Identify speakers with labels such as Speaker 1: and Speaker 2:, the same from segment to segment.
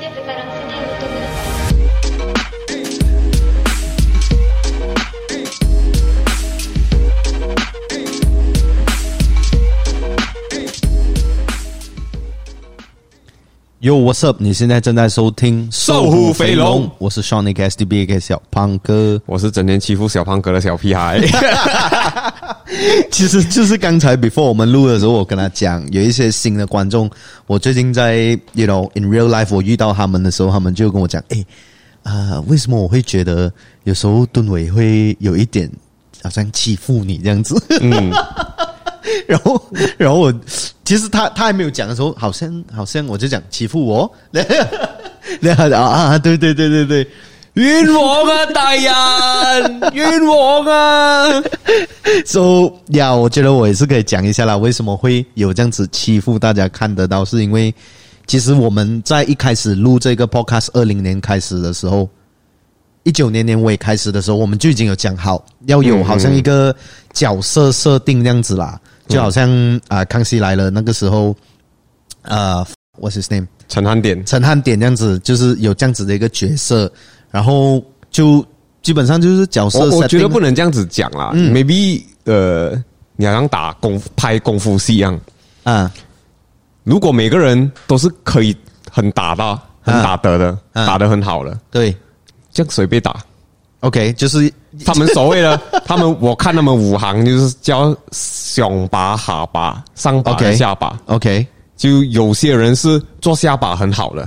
Speaker 1: siempre karangsin hep dolu.
Speaker 2: Yo, what's up？你现在正在收听《
Speaker 3: 瘦虎肥龙
Speaker 2: 我是 Sean Nick S D B K 小胖哥。
Speaker 3: 我是整天欺负小胖哥的小屁孩。
Speaker 2: 其实就是刚才 before 我们录的时候，我跟他讲，有一些新的观众，我最近在 you know in real life 我遇到他们的时候，他们就跟我讲，诶，啊、为什么我会觉得有时候蹲伟会有一点好像欺负你这样子？
Speaker 3: 嗯，
Speaker 2: 然后，然后我其实他他还没有讲的时候，好像好像我就讲欺负我， 然后他就啊啊，对对对对对。
Speaker 3: 冤枉啊，大
Speaker 2: 哎
Speaker 3: 人，冤枉啊！
Speaker 2: So 呀、我觉得我也是可以讲一下啦，为什么会有这样子欺负大家看得到，是因为其实我们在一开始录这个 podcast 二零年开始的时候，一九年年尾开始的时候，我们就已经有讲好要有好像一个角色设定这样子啦，就好像啊、康熙来了那个时候，呃，what's his name？
Speaker 3: 陈汉典，
Speaker 2: 陈汉典这样子，就是有这样子的一个角色，然后就基本上就是角色
Speaker 3: 我我觉
Speaker 2: setting
Speaker 3: 得不能这样子讲啦。Maybe 呃，你好像打功夫拍功夫戏一样，
Speaker 2: 啊
Speaker 3: 如果每个人都是可以很打到、很打得的，
Speaker 2: 嗯
Speaker 3: 打得很好了，
Speaker 2: 对。
Speaker 3: 这样谁被打？
Speaker 2: OK，就是
Speaker 3: 他们所谓的他们，我看他们五行就是叫上把、下把、上把、
Speaker 2: OK
Speaker 3: 下把。
Speaker 2: OK，
Speaker 3: 就有些人是做下巴很好的，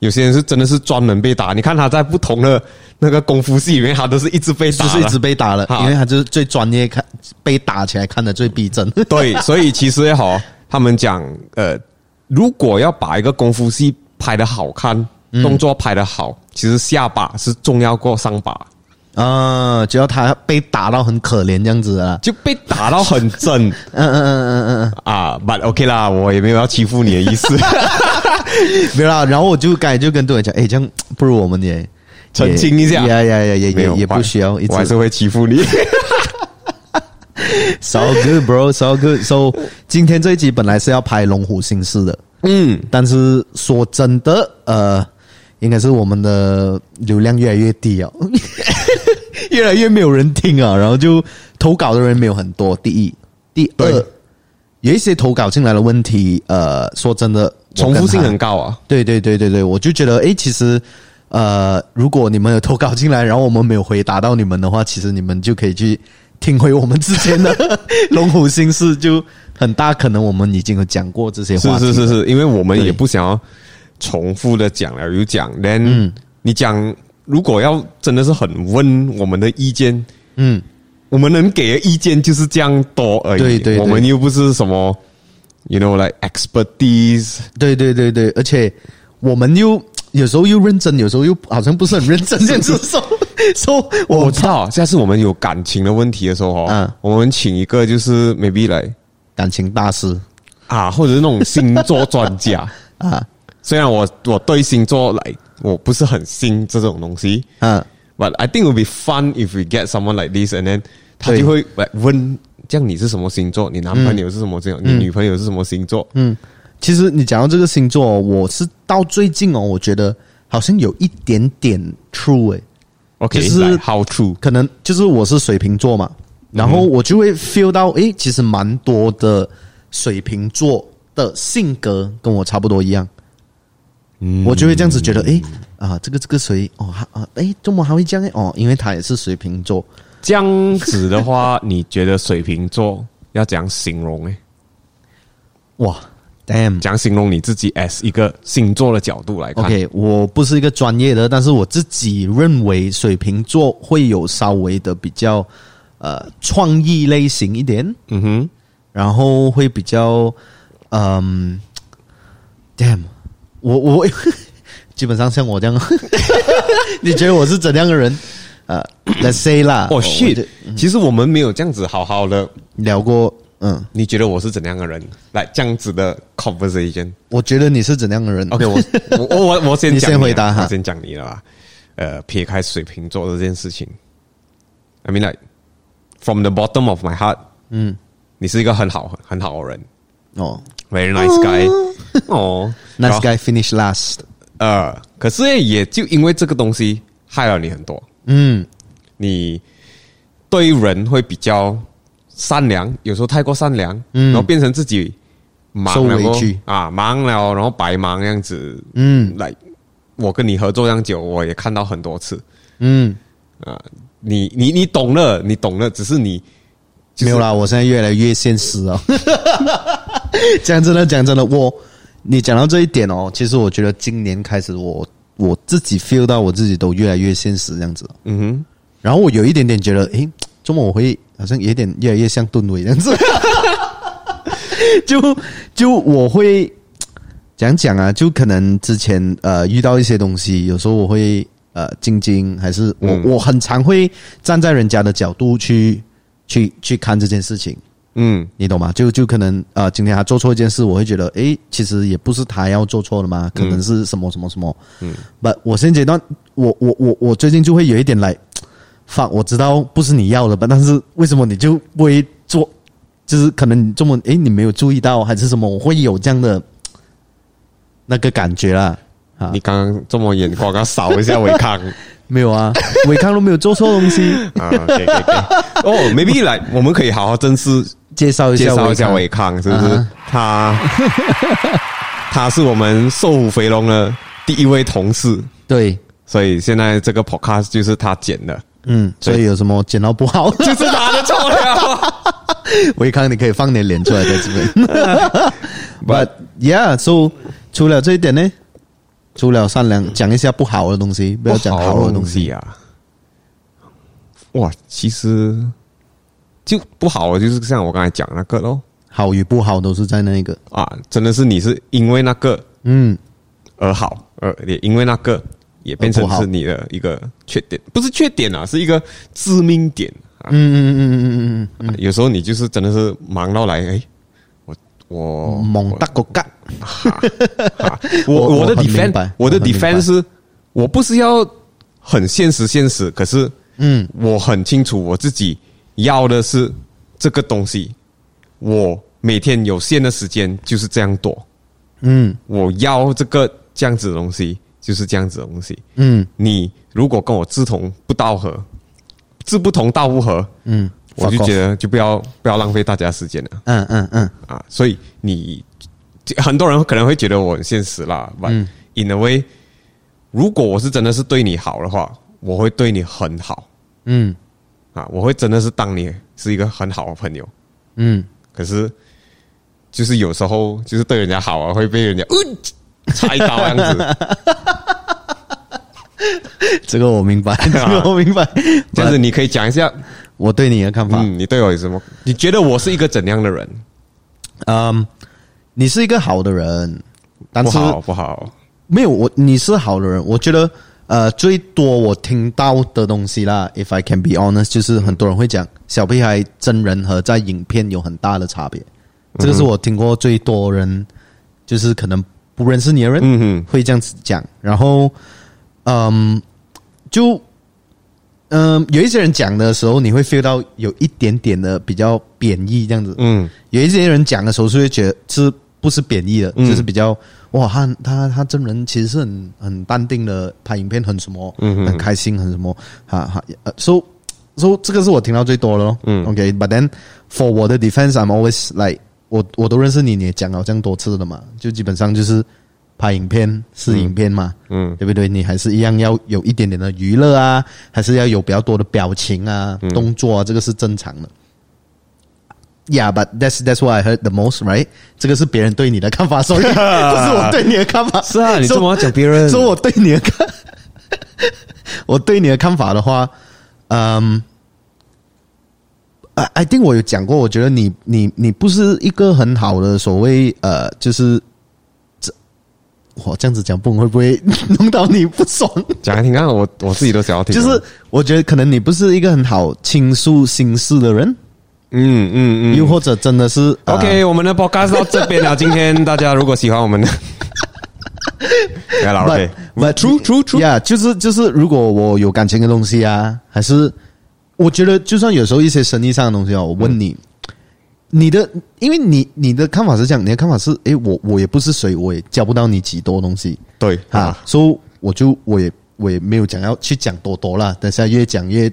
Speaker 3: 有些人是真的是专门被打。你看他在不同的那个功夫戏里面，他都是一直被打
Speaker 2: 就
Speaker 3: 的，
Speaker 2: 是一直被打了，
Speaker 3: 好
Speaker 2: 因为他就是最专业看被打起来看的最逼 真。
Speaker 3: 对。所以其实也好，他们讲呃，如果要把一个功夫戏拍的好看，动作拍的好，其实下巴是重要过上巴，
Speaker 2: 啊，只要他被打到很可怜这样子啊，
Speaker 3: 就被打到很 真
Speaker 2: 嗯嗯嗯嗯嗯
Speaker 3: 啊。But OK 啦，我也没有要欺负你的意思，
Speaker 2: 嗯，没有啦。然后我就刚才就跟杜伟讲，哎，这样不如我们也
Speaker 3: 澄清一下
Speaker 2: 也呀呀呀，也
Speaker 3: 没
Speaker 2: 也
Speaker 3: 有
Speaker 2: 也不需要一
Speaker 3: 我还
Speaker 2: 直
Speaker 3: 是会欺 负你。
Speaker 2: So good, bro. So good. So，今天这一集本来是要拍《龙虎新事》的，
Speaker 3: 嗯，
Speaker 2: 但是说真的，呃，应该是我们的流量越来越低啊， 越来越没有人听啊，然后就投稿的人没有很多。第一，第二
Speaker 3: 对，
Speaker 2: 有一些投稿进来的问题，呃，说真的，我跟
Speaker 3: 重复性
Speaker 2: 他
Speaker 3: 很高啊。
Speaker 2: 对对对对对，我就觉得，诶，其实，呃，如果你们有投稿进来，然后我们没有回答到你们的话，其实你们就可以去听回我们之前的 龙虎心事，就很大可能我们已经有讲过这些话
Speaker 3: 是
Speaker 2: 题。
Speaker 3: 是是是，因为我们
Speaker 2: 对
Speaker 3: 也不想要重复的讲了又讲。then、你
Speaker 2: 嗯
Speaker 3: 讲，如果要真的是很问我们的意见，
Speaker 2: 嗯，
Speaker 3: 我们能给的意见就是这样多而已。
Speaker 2: 对对对
Speaker 3: 我们又不是什么，you know like expertise。
Speaker 2: 对对对对，而且我们又有时候又认真，有时候又好像不是很认真，这样子说说，
Speaker 3: 我
Speaker 2: 我
Speaker 3: 知道，下次我们有感情的问题的时候哦，
Speaker 2: 嗯
Speaker 3: 我们请一个就是 maybe 来
Speaker 2: 感情大师
Speaker 3: 啊，或者是那种星座专 家。
Speaker 2: 啊
Speaker 3: 虽然我我对星座来我不是很信这种东西，
Speaker 2: 啊，
Speaker 3: But I think it would be fun if we get someone like this, and then 他
Speaker 2: 对嗯
Speaker 3: 就会 like 问，这样你是什么星座？你男朋友是什么星座？你女朋友是什么星座？嗯，
Speaker 2: 其实你讲到这个星座哦，我是到最近哦，我觉得好像有一点点 true 欸诶、
Speaker 3: OK，
Speaker 2: 就是
Speaker 3: like how true？
Speaker 2: 可能就是我是水瓶座嘛，然后我就会 feel 到，诶，其实蛮多的水瓶座的性格跟我差不多一样，我就会这样子觉得，诶，啊，这个这个谁哦，他啊，诶，周末还会这样诶哦，因为他也是水瓶座，
Speaker 3: 这样子的话，你觉得水瓶座要怎样形容？诶，
Speaker 2: 哇，damn。
Speaker 3: 怎样形容你自己 as 一个星座的角度来看
Speaker 2: OK，我不是一个专业的，但是我自己认为水瓶座会有稍微的比较呃创意类型一点，
Speaker 3: 嗯哼，
Speaker 2: 然后会比较，嗯，damn，我我 基本上像我这样， 你觉得我是怎样的人？呃，let's say 啦，
Speaker 3: 哦、
Speaker 2: 我
Speaker 3: shit，
Speaker 2: 就嗯
Speaker 3: 其实我们没有这样子好好的。
Speaker 2: 聊过，嗯，
Speaker 3: 你觉得我是怎样的人？来这样子的 conversation。
Speaker 2: 我觉得你是怎样的人
Speaker 3: OK，我我我我我先
Speaker 2: 你
Speaker 3: 讲
Speaker 2: 先
Speaker 3: 啊
Speaker 2: 回答哈
Speaker 3: 我先讲你了啦。呃，撇开水瓶座这件事情，I mean like from the bottom of my heart，
Speaker 2: 嗯，
Speaker 3: 你是一个很好很好的人
Speaker 2: 哦
Speaker 3: ，very nice guy，哦
Speaker 2: ，nice guy finish last，
Speaker 3: 呃，可是也就因为这个东西害了你很多，
Speaker 2: 嗯，
Speaker 3: 你对人会比较善良，有时候太过善良，然后变成自己忙了
Speaker 2: 嗯受
Speaker 3: 过
Speaker 2: 委屈
Speaker 3: 啊，忙了，然后白忙这样子。
Speaker 2: 嗯
Speaker 3: 来，我跟你合作这样久，我也看到很多次。啊
Speaker 2: 嗯，
Speaker 3: 你你你懂了，你懂了，只是你就是
Speaker 2: 没有啦，我现在越来越现实 了。讲真的，讲真的，我你讲到这一点哦，其实我觉得今年开始我，我自己 feel 到我自己都越来越现实这样子。哦
Speaker 3: 嗯哼，
Speaker 2: 然后我有一点点觉得，诶，周末我会好像有点越来越像盾伟这样子， 就就我会讲讲啊，就可能之前呃遇到一些东西，有时候我会呃静静，还是我、
Speaker 3: 嗯
Speaker 2: 我很常会站在人家的角度去去去看这件事情。
Speaker 3: 嗯
Speaker 2: 你懂吗？就就可能呃，今天他做错一件事，我会觉得，诶，其实也不是他要做错的嘛，
Speaker 3: 嗯
Speaker 2: 可能是什么什么什么。嗯，不，我现阶段，我我我我最近就会有一点来，发，我知道不是你要的吧，但是为什么你就不会做？就是可能你这么，诶，你没有注意到还是什么？我会有这样的那个感觉啦。啊
Speaker 3: 你刚刚这么眼光，刚扫一下维康
Speaker 2: 没有啊，伟康都没有做错东西。
Speaker 3: 啊，给给给，哦，maybe 来，我们可以好好正式
Speaker 2: 介绍一
Speaker 3: 介
Speaker 2: 下，啊
Speaker 3: 绍一下伟康，是不是？他他是我们瘦虎肥龙的第一位同事，
Speaker 2: 对，
Speaker 3: 所以现在这个 podcast 就是他剪 的，
Speaker 2: 嗯，所以有什么剪到不好，
Speaker 3: 就是他的啊错了。
Speaker 2: 维康，你可以放点脸出来在这边。But
Speaker 3: But-
Speaker 2: yeah, so 除了这一点呢，除了善良，讲一下不好的东西，不要讲好的东西。
Speaker 3: 西啊！哇，其实就不好的就是像我刚才讲那个咯，
Speaker 2: 好与不好都是在那个，
Speaker 3: 啊，真的是你是因为那个
Speaker 2: 嗯，
Speaker 3: 而好，而也因为那个也变
Speaker 2: 而
Speaker 3: 成
Speaker 2: 不好
Speaker 3: 是你的一个缺点，不是缺点啊，是一个致命点啊。
Speaker 2: 嗯嗯嗯嗯嗯嗯
Speaker 3: 啊有时候你就是真的是忙到来，哎，我我
Speaker 2: 嗯，猛大狗干，我
Speaker 3: 我我的
Speaker 2: 我很明
Speaker 3: defense，
Speaker 2: 白
Speaker 3: 我的
Speaker 2: 我很明白
Speaker 3: defense 是，我不是要很现实现实，可是
Speaker 2: 嗯，
Speaker 3: 我很清楚我自己要的是这个东西，我每天有限的时间就是这样多，
Speaker 2: 嗯
Speaker 3: 我要这个这样子的东西就是这样子的东西。
Speaker 2: 嗯
Speaker 3: 你如果跟我志同不道合，志不同道不合，
Speaker 2: 嗯，
Speaker 3: 我就觉
Speaker 2: 得，
Speaker 3: 得就不要不要浪费大家时间了。
Speaker 2: 嗯嗯嗯
Speaker 3: 啊，所以你很多人可能会觉得我很现实啦，but、in a way，如果我是真的是对你好的话，我会对你很好
Speaker 2: 嗯
Speaker 3: 啊，我会真的是当你是一个很好的朋友。
Speaker 2: 嗯，
Speaker 3: 可是就是有时候就是对人家好啊，会被 人家呃插一刀这样 子，
Speaker 2: 这个我明白，嗯 这个我明白。
Speaker 3: 这样子你可以讲一下，
Speaker 2: 我对你的看法，
Speaker 3: 嗯，你对我有什么？你觉得我是一个怎样的人？
Speaker 2: 嗯，你是一个好的人，但
Speaker 3: 不
Speaker 2: 是
Speaker 3: 好不好？
Speaker 2: 没有我，你是好的人。我觉得，呃，最多我听到的东西啦，if I can be honest，就是很多人会讲小屁孩真人和在影片有很大的差别。这个是我听过最多人，就是可能不认识你的人，
Speaker 3: 嗯哼，
Speaker 2: 会这样子讲。然后，嗯，就，嗯，有一些人讲的时候，你会 feel 到有一点点的比较贬义这样子。
Speaker 3: 嗯
Speaker 2: 有一些人讲的时候是会觉得是不是贬义的，
Speaker 3: 嗯
Speaker 2: 就是比较哇，他他他真人其实是很很淡定的，拍影片很什么，
Speaker 3: 嗯哼
Speaker 2: 很开心，很什么，哈哈，呃，so so 这个是我听到最多的咯，
Speaker 3: 嗯
Speaker 2: ，OK，but、then for 我的 defense，I'm always like 我我都认识你，你也讲了这样多次了嘛，就基本上就是拍影片是影片嘛，
Speaker 3: 嗯
Speaker 2: 对不对？你还是一样要有一点点的娱乐啊，还是要有比较多的表情啊、
Speaker 3: 嗯
Speaker 2: 动作啊，这个是正常的。Yeah, but that's that's what I heard the most, right？这个是别人对你的看法，sorry，不是 我对你的看法。
Speaker 3: 是啊你这么要讲别 人
Speaker 2: 说我对你的看， 我对你的看法的话，嗯、i I think 我有讲过，我觉得你你你不是一个很好的所谓呃，就是这，我这样子讲，不会不会 弄到你不爽？
Speaker 3: 讲来听看，我我自己都想要听啊
Speaker 2: 就
Speaker 3: 了，
Speaker 2: 是我觉得可能你不是一个很好倾诉心事的人，
Speaker 3: 嗯嗯嗯，
Speaker 2: 又或者真的是、呃
Speaker 3: OK，、我们的 podcast 到 这边了。今天大家如果喜欢我们的，来了 OK，
Speaker 2: But
Speaker 3: true true true，
Speaker 2: yeah，就是就是，如果我有感情的东西啊，还是我觉得，就算有时候一些生意上的东西哦，我问你，你的，因为你你的看法是这样，你的看法是，诶，我我也不是谁，我也教不到你几多东西
Speaker 3: 对
Speaker 2: 啊，，所以我就我也我也没有讲要去讲多多啦，等下越讲越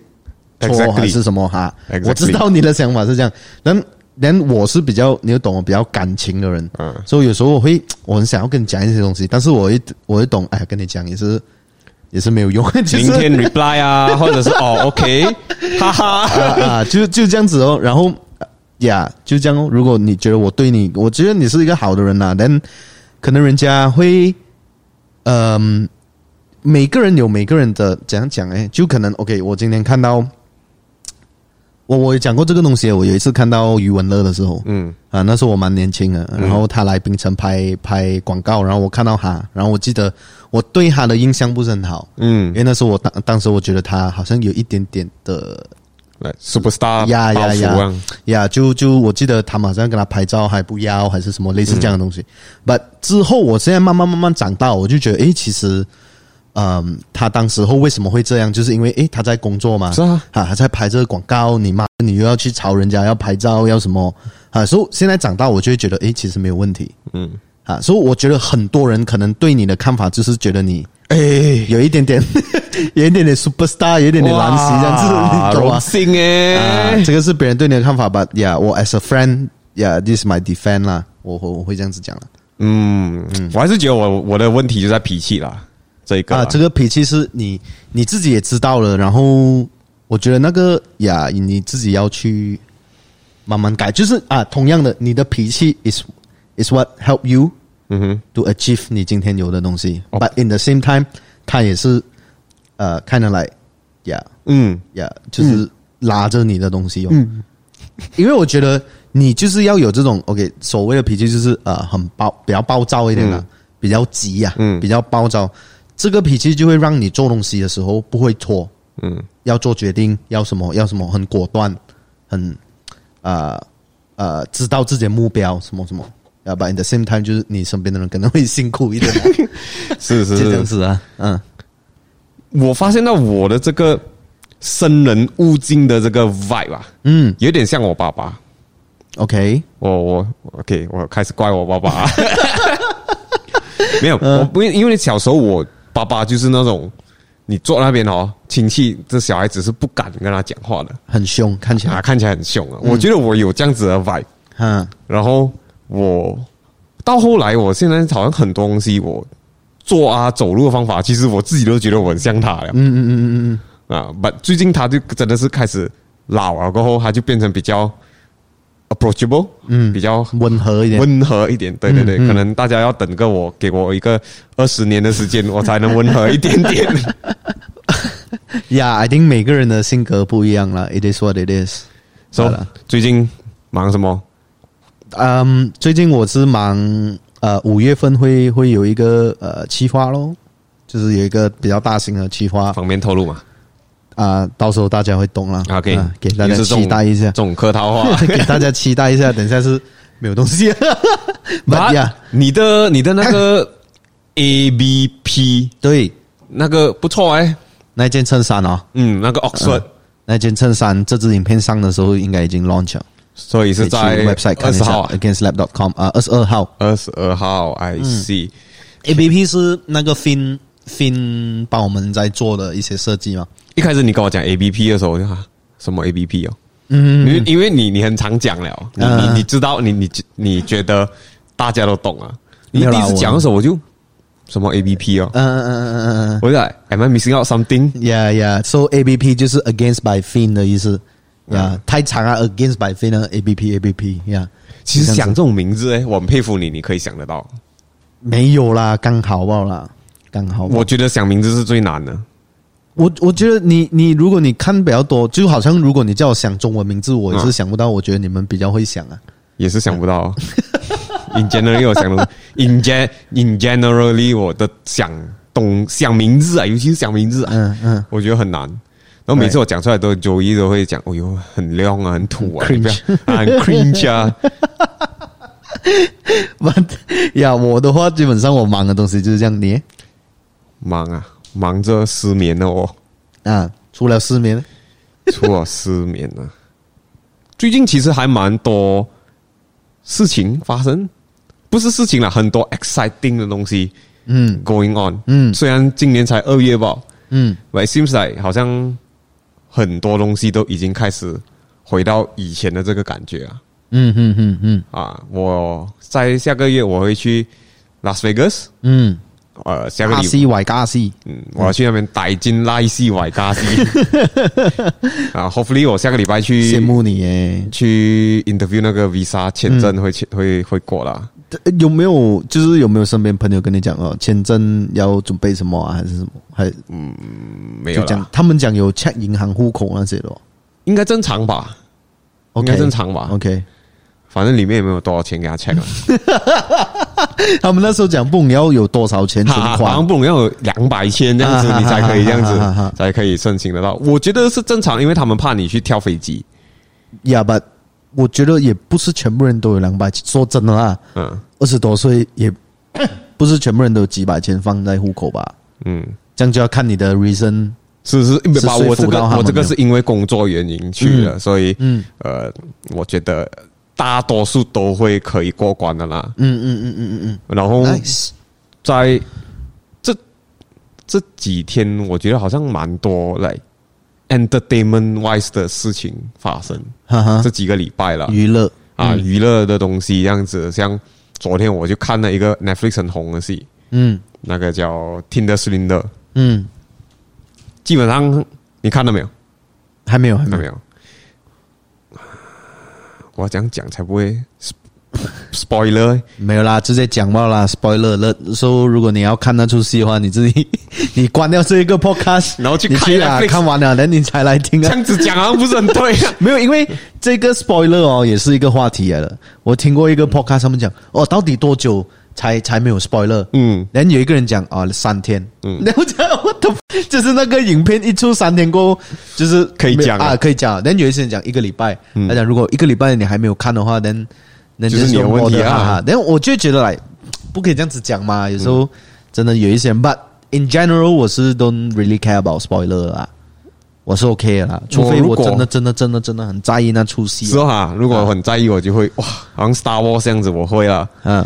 Speaker 2: 错
Speaker 3: Exactly
Speaker 2: 还是什么哈
Speaker 3: Exactly
Speaker 2: 我知道你的想法是这样，但但我是比较，你懂，我比较感情的人，
Speaker 3: 嗯，
Speaker 2: 所以有时候我会我很想要跟你讲一些东西，但是我一我会懂，哎呀，跟你讲也是也是没有用， 就是
Speaker 3: 明天 reply 啊，或者是哦 OK，哈哈，
Speaker 2: 啊啊，就就这样子哦。然后呃呀就这样哦。如果你觉得我对你，我觉得你是一个好的人呐、但可能人家会，嗯、每个人有每个人的怎样讲哎，就可能 OK。我今天看到，我我有讲过这个东西，我有一次看到余文乐的时候，
Speaker 3: 嗯
Speaker 2: 啊，那时候我蛮年轻的，然后他来槟城拍拍广告，然后我看到他，然后我记得我对他的印象不是很好，因
Speaker 3: 嗯，
Speaker 2: 为那时候我当当时我觉得他好像有一点点的
Speaker 3: 来 superstar
Speaker 2: 呀
Speaker 3: 包
Speaker 2: 呀
Speaker 3: 袱
Speaker 2: 呀
Speaker 3: 啊，
Speaker 2: 呀！就就我记得他马上跟他拍照还不要，还是什么类似这样的东西。But 之后，我现在慢慢慢慢长大，我就觉得，诶，其实，嗯，他当时候为什么会这样，就是因为诶，他在工作嘛，
Speaker 3: 是啊，
Speaker 2: 啊，他在拍这个广告，你妈，你又要去吵人家，要拍照，要什么啊？所以现在长大，我就会觉得，诶，其实没有问题
Speaker 3: 嗯，
Speaker 2: 啊。所以我觉得很多人可能对你的看法就是觉得你
Speaker 3: 哎，
Speaker 2: 有一点 点，有一点点 superstar，有一点点蓝旗这样子，
Speaker 3: 哇
Speaker 2: 你懂吗
Speaker 3: 荣？幸
Speaker 2: 啊，
Speaker 3: 哎，
Speaker 2: 这个是别人对你的看法吧？Yeah，我 as a friend，yeah，this is my defense 啦，我我我会这样子讲了。
Speaker 3: 嗯，我还是觉得我我的问题就在脾气啦，这一个
Speaker 2: 啊，
Speaker 3: 啦
Speaker 2: 这个脾气是你你自己也知道了，然后我觉得那个呀你自己要去慢慢改。就是啊，同样的，你的脾气 is is what help you
Speaker 3: 嗯哼，
Speaker 2: to achieve 你今天有的东西、
Speaker 3: 哦
Speaker 2: b u t in the same time，它也是呃看得来呀。
Speaker 3: 嗯
Speaker 2: 呀就是拉着你的东西用。因为我觉得你就是要有这种 OK 所谓的脾气，就是呃很暴，比较暴躁一点啦，比较急呀、
Speaker 3: 嗯
Speaker 2: 比较暴躁。这个脾气就会让你做东西的时候不会拖，
Speaker 3: 嗯，
Speaker 2: 要做决定，要什么要什么，很果断，很呃呃，知道自己的目标什么什么。要不然 in the same time 就是你身边的人可能会辛苦一点、啊，
Speaker 3: 是是
Speaker 2: 就这样
Speaker 3: 是，
Speaker 2: 子啊，嗯
Speaker 3: 我发现到我的这个生人勿近的这个 vibe 啊，
Speaker 2: 嗯
Speaker 3: 有点像我爸爸。
Speaker 2: ，OK，
Speaker 3: 我我 OK，我开始怪我爸爸、啊。没有，
Speaker 2: 嗯
Speaker 3: 我不因为小时候我爸爸就是那种，你坐那边哦，亲戚这小孩子是不敢跟他讲话的，
Speaker 2: 很凶，看起
Speaker 3: 啊，
Speaker 2: 来，
Speaker 3: 看起来很凶啊。我觉得我有这样子的 vibe，
Speaker 2: 嗯
Speaker 3: 然后我到后来，我现在好像很多东西我做啊走路的方法，其实我自己都觉得我很像他了。
Speaker 2: 嗯嗯嗯嗯嗯嗯。
Speaker 3: 啊，不，最近他就真的是开始老了过后，他就变成比较 approachable，嗯，比较
Speaker 2: 温和一点，
Speaker 3: 温和一点。对对对，
Speaker 2: 嗯嗯
Speaker 3: 可能大家要等个我，给我一个二十年的时间，我才能温和一点 点。
Speaker 2: 呀，I think 每个人的性格不一样了，It is what it is。
Speaker 3: 所
Speaker 2: 好
Speaker 3: 以
Speaker 2: 了
Speaker 3: 最近忙什么？
Speaker 2: 嗯，最近我是忙，呃，五月份会会有一个呃企划咯，就是有一个比较大型的企划啊、啊
Speaker 3: 方便透露嘛
Speaker 2: 到时候大家会懂了。
Speaker 3: ？OK，
Speaker 2: 啊给大家
Speaker 3: 又是这种
Speaker 2: 期待一下。
Speaker 3: 这，种客套话
Speaker 2: 给大家期待一下。等一下是没有东西 ，But yeah，
Speaker 3: 你的你的那 个 A B P
Speaker 2: 对，
Speaker 3: 那个不错哎、
Speaker 2: 那件衬衫哦，
Speaker 3: 嗯，那个 Oxford，、
Speaker 2: 那件衬衫，这支影片上的时候应该已经 launch 了，
Speaker 3: 所以是
Speaker 2: 可
Speaker 3: 在
Speaker 2: 以去 website
Speaker 3: 二
Speaker 2: 看一
Speaker 3: 十
Speaker 2: 下
Speaker 3: 号啊，
Speaker 2: ，againslab.com 啊、呃，二十二号。
Speaker 3: 二十二号，I see。
Speaker 2: A P P 是那个 Fin Fin 帮我们在做的一些设计嘛？
Speaker 3: 一开始你跟我讲 A B P 的时候，我就哈、啊什么 A B P 哦，因
Speaker 2: 嗯，
Speaker 3: 为因为你你很常讲了，你
Speaker 2: 嗯
Speaker 3: 你你知道你你你觉得大家都懂啊，你
Speaker 2: 没有
Speaker 3: 第
Speaker 2: 啦
Speaker 3: 一次
Speaker 2: 我
Speaker 3: 讲的时候我就什么 A B P 哦，
Speaker 2: 嗯嗯嗯嗯
Speaker 3: 我就来 Am I missing out something？
Speaker 2: 嗯，Yeah Yeah，So A B P 就是 Against by Fin 的意思呀，太长啊，Against by Fin 呢 A B P A B P Yeah，
Speaker 3: 其实
Speaker 2: 这
Speaker 3: 想
Speaker 2: 样
Speaker 3: 这种名字哎，我很佩服你，你可以想得到。
Speaker 2: 没有啦，刚好罢啦，刚好罢。
Speaker 3: 我觉得想名字是最难的，
Speaker 2: 我我觉得你你如果你看比较多，就好像如果你叫我想中文名字，我也是
Speaker 3: 嗯
Speaker 2: 想不到。我觉得你们比较会想啊，
Speaker 3: 也是想不到。in generally 我想的 in gen in generally 我的想懂想名字啊，尤其是想名字啊，
Speaker 2: 嗯嗯。
Speaker 3: 我觉得很难。然后每次我讲出来都，九一都会讲，哎呦，很亮啊，很土啊，
Speaker 2: 很
Speaker 3: 你不要
Speaker 2: cringe
Speaker 3: 啊很 cringe 啊，
Speaker 2: But 呀，我的话基本上我忙的东西就是这样，你
Speaker 3: 忙啊，忙着失眠了哦，
Speaker 2: 啊，除了失眠，
Speaker 3: 啊除了失眠了。最近其实还蛮多事情发生，不是事情啦，很多 exciting 的东西，嗯，going on，
Speaker 2: 嗯
Speaker 3: 虽然今年才二月吧
Speaker 2: 嗯，
Speaker 3: ，but it seems like 好像很多东西都已经开始回到以前的这个感觉啊
Speaker 2: 嗯嗯嗯嗯
Speaker 3: 啊！我在下个月我会去 Las Vegas，
Speaker 2: 嗯，
Speaker 3: 呃，下个
Speaker 2: 加
Speaker 3: 礼
Speaker 2: 西外加西，
Speaker 3: 嗯，我要去那边逮进拉西瓦 加西啊！Hopefully，我下个礼拜
Speaker 2: 羡
Speaker 3: 去
Speaker 2: 慕你耶！
Speaker 3: 去 interview 那个 visa 签
Speaker 2: 嗯
Speaker 3: 证会签、会会过啦。
Speaker 2: 呃有没有就是有没有身边朋友跟你讲哦，签证要准备什么啊，还是什么？还就
Speaker 3: 没有
Speaker 2: 讲
Speaker 3: 啦，
Speaker 2: 他们讲有 check 银行户口那些的哦
Speaker 3: 应该正常吧应
Speaker 2: ，OK
Speaker 3: 该
Speaker 2: 哦
Speaker 3: 正常吧。
Speaker 2: OK。
Speaker 3: 反正里面也没有多少钱给他 check 啊，
Speaker 2: 他们那时候讲不，你要有多少钱存
Speaker 3: 好
Speaker 2: 款
Speaker 3: 像？不能要有两百千这 样子，
Speaker 2: 啊
Speaker 3: 你才可以这样
Speaker 2: 啊啊啊啊啊
Speaker 3: 子才可以申请得到。我觉得是正常，因为他们怕你去跳飞机。
Speaker 2: 呀吧，我觉得也不是全部人都有两百。说真的啦，
Speaker 3: 嗯
Speaker 2: 二十多岁也 不是全部人都有几百千放在户口吧？
Speaker 3: 嗯，
Speaker 2: 这样就要看你的 reason。
Speaker 3: 是是，
Speaker 2: 是
Speaker 3: 把
Speaker 2: 说
Speaker 3: 我
Speaker 2: 服
Speaker 3: 这个
Speaker 2: 到他们
Speaker 3: 我这个
Speaker 2: 没有
Speaker 3: 是因为工作原因去的，所以
Speaker 2: 嗯
Speaker 3: 呃，我觉得大多数都会可以过关的啦。
Speaker 2: 嗯嗯嗯嗯嗯哎
Speaker 3: 然后
Speaker 2: 嗯，nice。
Speaker 3: 在这这几天，我觉得好像蛮多来 entertainment wise 的事情发生，
Speaker 2: 哈哈
Speaker 3: 这，几个礼拜了
Speaker 2: 啊娱嗯乐
Speaker 3: 啊，娱乐的东西这样子，像昨天我就看了一个 Netflix 很红的戏，
Speaker 2: 嗯
Speaker 3: 那个叫《Tinder Slinder》，
Speaker 2: 嗯，
Speaker 3: 基本上你看到没有？
Speaker 2: 还没有，还
Speaker 3: 看到
Speaker 2: 没
Speaker 3: 没
Speaker 2: 有。
Speaker 3: 有？我要这样讲才不会 sp- spoiler
Speaker 2: 没有啦，直接讲爆啦，spoiler 了。说、so, 如果你要看那出戏的话，你自己 你关掉这一个 podcast，
Speaker 3: 然后去
Speaker 2: 你
Speaker 3: 看
Speaker 2: 去啦，
Speaker 3: Netflix
Speaker 2: 看完了，然后你才来听
Speaker 3: 这
Speaker 2: 啊。
Speaker 3: 样子讲好像不是很对啊。
Speaker 2: 没有，因为这个 spoiler 哦，也是一个话题来了。我听过一个 podcast，他们讲哦，到底多久才才没有 spoiler？
Speaker 3: 嗯，
Speaker 2: 然后有一个人讲啊、三天，嗯，然后 我讲我的，就是那个影片一出三天过后，就是
Speaker 3: 可以讲了嗯
Speaker 2: 啊，可以讲。然后有一些人讲一个礼拜，他讲如果一个礼拜你还没有看的话，那那
Speaker 3: 就是你的问题啊
Speaker 2: 然后我就觉得来不可以这样子讲嘛，有时
Speaker 3: 嗯
Speaker 2: 候真的有一些人，but in general 我是 don't really care about spoiler 啦。我是 OK 的啦，除非
Speaker 3: 哦我如
Speaker 2: 我
Speaker 3: 果啊
Speaker 2: 真的真的真的真的很在意那出戏啊
Speaker 3: 之，后哦哈，如果我很在意，我就会哇，好像 Star Wars 这样子，我会了。
Speaker 2: 嗯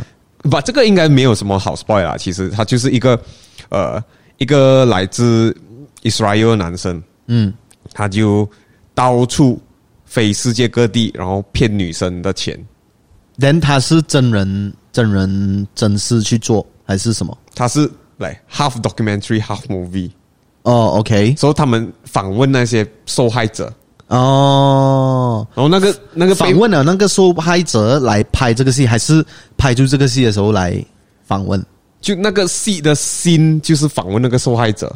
Speaker 3: 把这个应该没有什么好 spoil 啦，其实他就是一个呃，一个来自 Israel 的男生，
Speaker 2: 嗯
Speaker 3: 他就到处飞世界各地，然后骗女生的钱。
Speaker 2: ，then 他是真人真人真事去做还是什么？
Speaker 3: 他是来 half documentary half movie，
Speaker 2: 哦，OK，
Speaker 3: 所以他们访问那些受害者，
Speaker 2: 哦，
Speaker 3: 然后那个那个被
Speaker 2: 访问了啊那个受害者来拍这个戏，还是拍出这个戏的时候来访问
Speaker 3: 就那个戏的心就是访问那个受害者，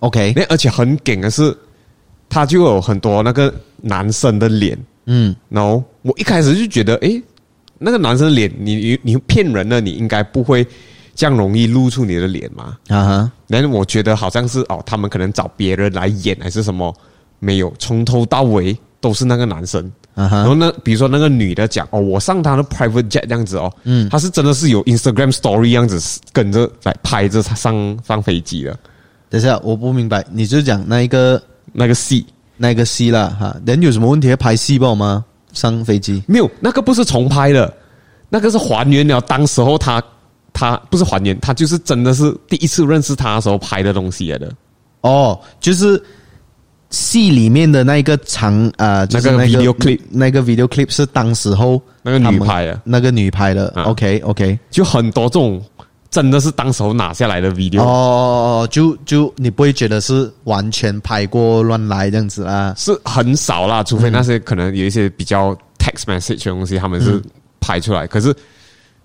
Speaker 2: ？OK，
Speaker 3: 那而且很梗的是，他就有很多那个男生的脸，
Speaker 2: 嗯
Speaker 3: 然后我一开始就觉得，诶，那个男生的脸，你你你骗人了，你应该不会这样容易露出你的脸嘛？
Speaker 2: 啊哈，
Speaker 3: 但是我觉得好像是哦，他们可能找别人来演还是什么，没有从头到尾都是那个男生。
Speaker 2: 啊
Speaker 3: 然
Speaker 2: 哈
Speaker 3: 后呢，比如说那个女的讲哦，我上她的 private jet 这样子哦，嗯，她是真的是有 Instagram story 这样子跟着来拍着她上上飞机的
Speaker 2: 等一下，我不明白，你就讲那一个
Speaker 3: 那个戏，
Speaker 2: 那一个戏啦哈，人有什么问题拍戏报吗？上飞机
Speaker 3: 没有那个不是重拍的，那个是还原了当时候她她不是还原，她就是真的是第一次认识她的时候拍的东西来的，
Speaker 2: 哦，就是戏里面的那一个长啊、呃就是
Speaker 3: 那个
Speaker 2: 那
Speaker 3: video clip
Speaker 2: 那个 video clip 是当时候
Speaker 3: 那个女
Speaker 2: 他们
Speaker 3: 拍的
Speaker 2: 那个女拍的
Speaker 3: 啊
Speaker 2: ，OK OK，
Speaker 3: 就很多这种真的是当时候拿下来的 video，、
Speaker 2: 哦哦哦，就就你不会觉得是完全拍过乱来这样子啦。
Speaker 3: 是很少啦，除非那些可能有一些比较 text message 的东西，他
Speaker 2: 嗯
Speaker 3: 们是拍出来，可是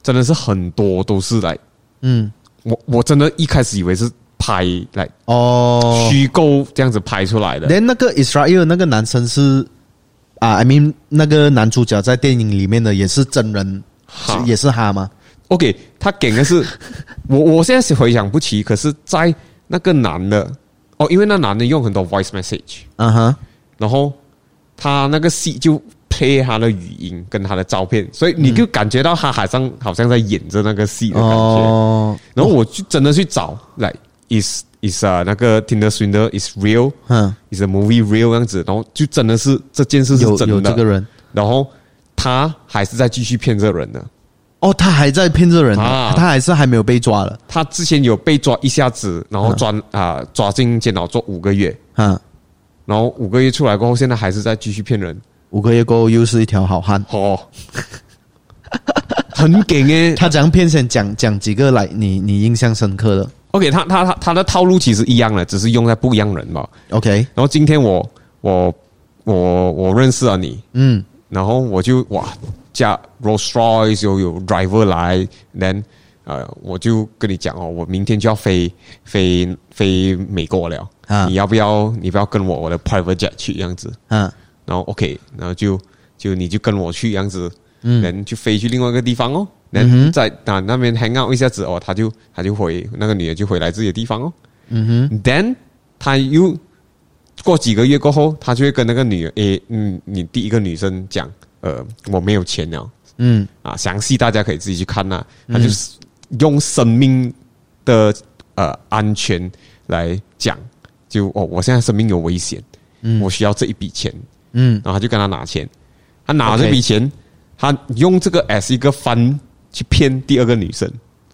Speaker 3: 真的是很多都是来。
Speaker 2: 嗯，
Speaker 3: 我我真的一开始以为是拍来
Speaker 2: 哦，
Speaker 3: 虚构这样子拍出来的，
Speaker 2: 连那个 Israel 那个男生是啊，I mean 那个男主角在电影里面的也是真人，
Speaker 3: 哈
Speaker 2: 是也是他吗？
Speaker 3: OK，他给的是 我我现在是回想不起，可是，在那个男的哦，因为那男的用很多 voice message，
Speaker 2: 啊哈，
Speaker 3: 然后他那个戏就 play 他的语音跟他的照片，所以
Speaker 2: 嗯
Speaker 3: 你就感觉到他好像好像在演着那个戏的感觉。
Speaker 2: 哦，
Speaker 3: 然后我就真的去找，来、is is 啊、那个 Tinder Swindler is real。
Speaker 2: 嗯，
Speaker 3: is a movie real 这样子，然后就真的是这件事是
Speaker 2: 有
Speaker 3: 真的，
Speaker 2: 有这个人，
Speaker 3: 然后他还是在继续骗这人的。
Speaker 2: 哦，他还在骗这人呢，
Speaker 3: 啊
Speaker 2: 他还是还没有被抓了
Speaker 3: 他之前有被抓一下子，然后抓啊、抓进监牢做五个月，
Speaker 2: 啊。
Speaker 3: 然后五个月出来过后，现在还是在继续骗人。
Speaker 2: 五个月过后又是一条好汉，
Speaker 3: 哦，很给诶、
Speaker 2: 他怎样骗先讲讲几个来，你你印象深刻的
Speaker 3: OK，他他他他的套路其实一样了，只是用在不一样人嘛。
Speaker 2: ？OK，
Speaker 3: 然后今天我我我我认识了你，
Speaker 2: 嗯，
Speaker 3: 然后我就哇驾 Rolls Royce 又有 driver 来，then 呃我就跟你讲哦，我明天就要飞飞飞美国了，
Speaker 2: 啊
Speaker 3: 你要不要你不要跟我我的 private jet 去这样子？
Speaker 2: 啊，
Speaker 3: 然后 OK，然后就就你就跟我去这样子，嗯，人就飞去另外一个地方哦，人在啊那边 hang out 一下子哦，他就他就回那个女的就回来自己的地方哦，嗯哼，then 他又过几个月过后，他就会跟那个女诶、嗯，你第一个女生讲，呃，我没有钱了
Speaker 2: 嗯
Speaker 3: 啊，详细大家可以自己去看啦、他就是用生命的呃安全来讲，就哦，我现在生命有危险，我需要这一笔钱，
Speaker 2: 嗯
Speaker 3: 然后他就跟他拿钱，他拿了这笔钱，他用这个 as 一个翻去骗第二个女生，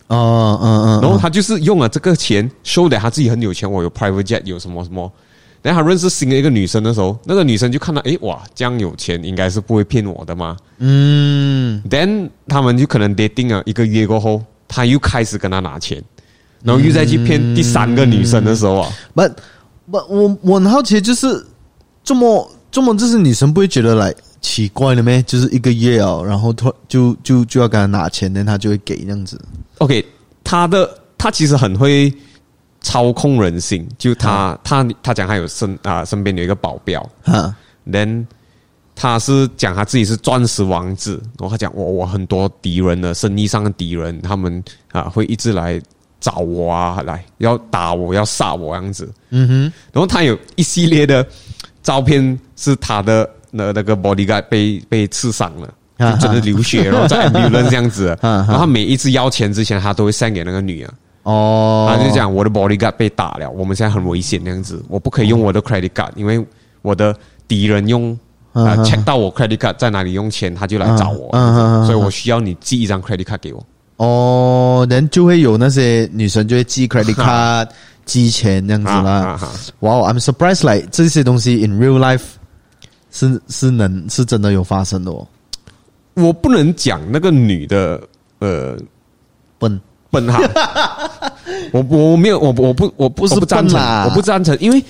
Speaker 2: 哦嗯嗯，
Speaker 3: 然后他就是用了这个钱，show that 他自己很有钱，我有 private jet，有什么什么。然后他认识新的一个女生的时候，那个女生就看到，诶，哇，这样有钱应该是不会骗我的嘛。
Speaker 2: 嗯
Speaker 3: Then 他们就可能 dating 了一个月过后，他又开始跟他拿钱，然后又再去骗第三个女生的时候啊，
Speaker 2: 不不，我我很好奇，就是这么这么，就是女生不会觉得来奇怪了咩？就是一个月哦，然后突就就就要跟他拿钱，那他就会给这样子。
Speaker 3: OK，他的他其实很会操控人性，就他、他他讲他有身啊、身边有一个保镖
Speaker 2: 哈，
Speaker 3: ，then 他是讲他自己是钻石王子，然后他讲我我很多敌人的生意上的敌人，他们啊会一直来找我啊，来要打我要杀我这样子，
Speaker 2: 嗯哼，
Speaker 3: 然后他有一系列的照片是他的那那个 bodyguard 被被刺伤了。就真的流血，然后在 ambulance 这 样子，
Speaker 2: 啊
Speaker 3: 然后他每一次要钱之前，他都会 send 给那个女啊，
Speaker 2: 哦，
Speaker 3: 他就讲我的 bodyguard 被打了，我们现在很危险那样子，我不可以用我的 credit card，因为我的敌人用啊、
Speaker 2: 哦啊啊
Speaker 3: check 到我 credit card 在哪里用钱，他就来找我，
Speaker 2: 啊啊啊啊啊
Speaker 3: 所以我需要你寄一张 credit card 给我。
Speaker 2: 哦，人就会有那些女生就会寄 credit card、寄钱这样子
Speaker 3: 啊
Speaker 2: 啦
Speaker 3: 啊啊。
Speaker 2: 哇、哦 i m surprised，like 这些东西 in real life 是是能是真的有发生的哦。
Speaker 3: 我不能讲那个女的呃
Speaker 2: 笨，
Speaker 3: 笨哈，我我我没有我我不我不
Speaker 2: 不是
Speaker 3: 我不赞成
Speaker 2: 笨啦，
Speaker 3: 我不赞成，因为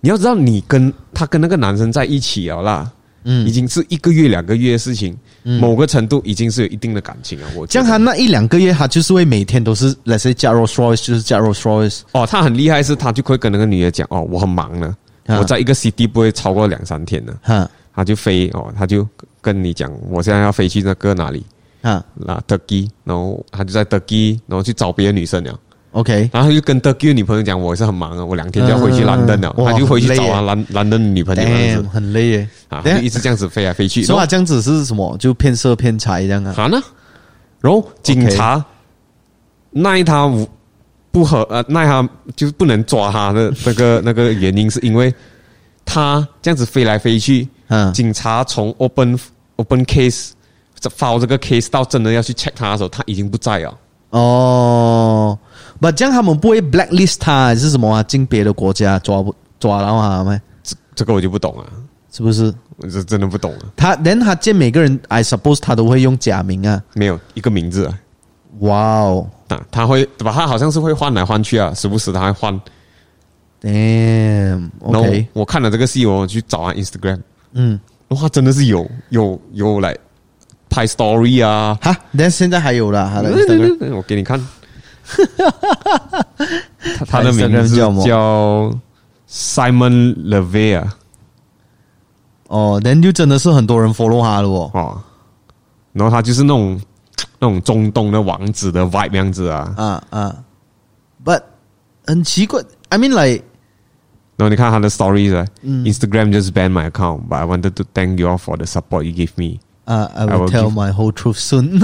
Speaker 3: 你要知道，你跟他跟那个男生在一起了啦，
Speaker 2: 嗯
Speaker 3: 已经是一个月两个月的事情，某个程度已经是有一定的感情了。我觉
Speaker 2: 像
Speaker 3: 得
Speaker 2: 他那一两个月，他就是会每天都是 let's say 加 Rolls Royce 就是加 Rolls Royce，
Speaker 3: 哦，他很厉害，是他就会跟那个女的讲哦，我很忙呢，
Speaker 2: 啊
Speaker 3: 我在一个 city 不会超过两三天呢，
Speaker 2: 哈
Speaker 3: 他就飞哦，他就跟你讲，我现在要飞去那个哪里。
Speaker 2: 哈
Speaker 3: 那德基，然后他就在德基，然后去找别的女生了。
Speaker 2: ，OK，
Speaker 3: 然后他就跟德基的女朋友讲，我是很忙啊，我两天就要回去兰登了。
Speaker 2: 嗯哇
Speaker 3: 他就回去找
Speaker 2: 很累耶
Speaker 3: 他兰兰登的女朋友这样
Speaker 2: damn，
Speaker 3: 子
Speaker 2: 很累耶。
Speaker 3: 啊，
Speaker 2: 等
Speaker 3: 他
Speaker 2: 下
Speaker 3: 就一直这样子飞来飞去。然
Speaker 2: 说
Speaker 3: 后
Speaker 2: 话这样子是什么？就骗色骗财这样啊？
Speaker 3: 啊呢？然后警察奈他无不合呃奈他就是不能抓他的 那个那个原因，是因为他这样子飞来飞去，
Speaker 2: 嗯
Speaker 3: 警察从 open open case 这 file 这个 case 到真的要去 check 他的时候，他已经不在了。
Speaker 2: 哦，不，这样他们不会 blacklist 他还是什么啊？进别的国家抓不抓到他们？
Speaker 3: 这这个我就不懂了，
Speaker 2: 是不是？
Speaker 3: 我这真的不懂了，
Speaker 2: 他，连他见每个人，I suppose 他都会用假名啊。
Speaker 3: 没有一个名字啊。
Speaker 2: 哇哦
Speaker 3: 啊，他会对吧？他好像是会换来换去啊，时不时他会换。然后
Speaker 2: ，damn，OK，
Speaker 3: 我看了这个戏，我去找他 Instagram，
Speaker 2: 嗯，
Speaker 3: 哇，他真的是有有有来拍 story 啊。
Speaker 2: 哈，但现在还有啦，他的 Instagram
Speaker 3: 我给你看， 他他的名
Speaker 2: Instagram
Speaker 3: 字
Speaker 2: 叫什么
Speaker 3: 叫 Simon Levy 啊，
Speaker 2: 哦，然就真的是很多人 follow 他了哦。
Speaker 3: 哦，然后他就是那种那种中东的王子的 vibe 那样子啊。
Speaker 2: 啊啊，but 很奇怪，I mean like，
Speaker 3: 然后你看他的 stories 啊，Instagram
Speaker 2: 嗯
Speaker 3: just banned my account, but I wanted to thank you all for the support you gave me。
Speaker 2: 啊、i
Speaker 3: I will
Speaker 2: will tell
Speaker 3: give-
Speaker 2: my whole truth soon 。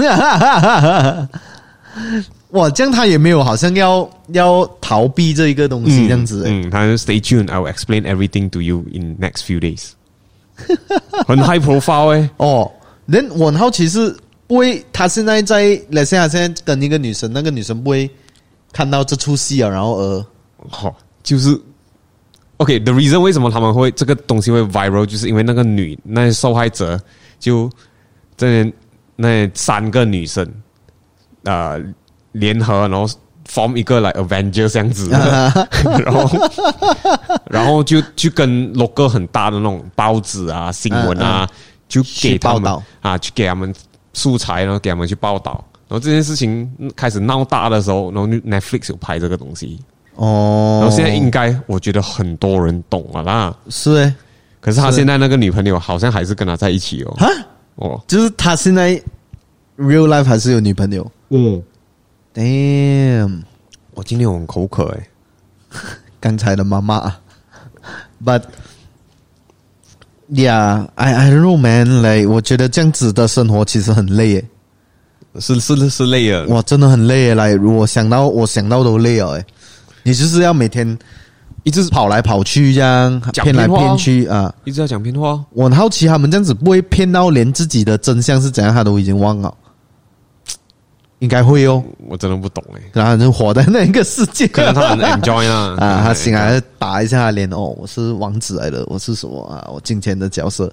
Speaker 2: 哇，这样他也没有好像要要逃避这一个东西这样子、欸
Speaker 3: 嗯，嗯他说 Mm, Stay tuned, I will explain everything to you in next few days 。很 high profile eh. 哎、
Speaker 2: 哦，人我很好奇是不会，他现在在来西亚现在跟一个女生，那个女生不会看到这出戏啊，然后呃，
Speaker 3: 好，就是 OK，the、reason 为什么他们会这个东西会 viral，就是因为那个女那些受害者就这那三个女生啊、呃联合，然后 form 一个来 Avenger 这样子
Speaker 2: 啊
Speaker 3: 的， 然后然后就去跟 local 很大的那种报纸啊、新闻啊，就
Speaker 2: 嗯
Speaker 3: 给他
Speaker 2: 去报
Speaker 3: 们
Speaker 2: 道
Speaker 3: 啊，去给他们素材，然后给他们去报道。然后这件事情开始闹大的时候，然后就 Netflix 有拍这个东西，
Speaker 2: 哦，
Speaker 3: 然后现在应该我觉得很多人懂了啦。
Speaker 2: 是欸诶，
Speaker 3: 可是他
Speaker 2: 是
Speaker 3: 现在那个女朋友好像还是跟他在一起哦。
Speaker 2: 哈，
Speaker 3: 哦，
Speaker 2: 就是他现在 real life 还是有女朋友
Speaker 3: 嗯，
Speaker 2: ，damn，
Speaker 3: 我今天我很口渴哎、
Speaker 2: 刚才的妈妈啊，but yeah，I I don't know man，like 我觉得这样子的生活其实很累诶，
Speaker 3: 是是是累了。
Speaker 2: 哇，真的很累诶，来，我想到我想到都累了诶，你就是要每天
Speaker 3: 一直
Speaker 2: 跑来跑去这样，
Speaker 3: 讲
Speaker 2: 骗来
Speaker 3: 骗话
Speaker 2: 骗去啊。
Speaker 3: 一直在讲骗话，
Speaker 2: 我很好奇他们这样子不会骗到连自己的真相是怎样，他都已经忘了，应该会哦。
Speaker 3: 我真的不懂哎、
Speaker 2: 然后就活在那个世界，
Speaker 3: 可能他 很 enjoy 哎啦。
Speaker 2: 啊，他醒来打一下脸哦，我是王子来的，我是什么啊？我今天的角色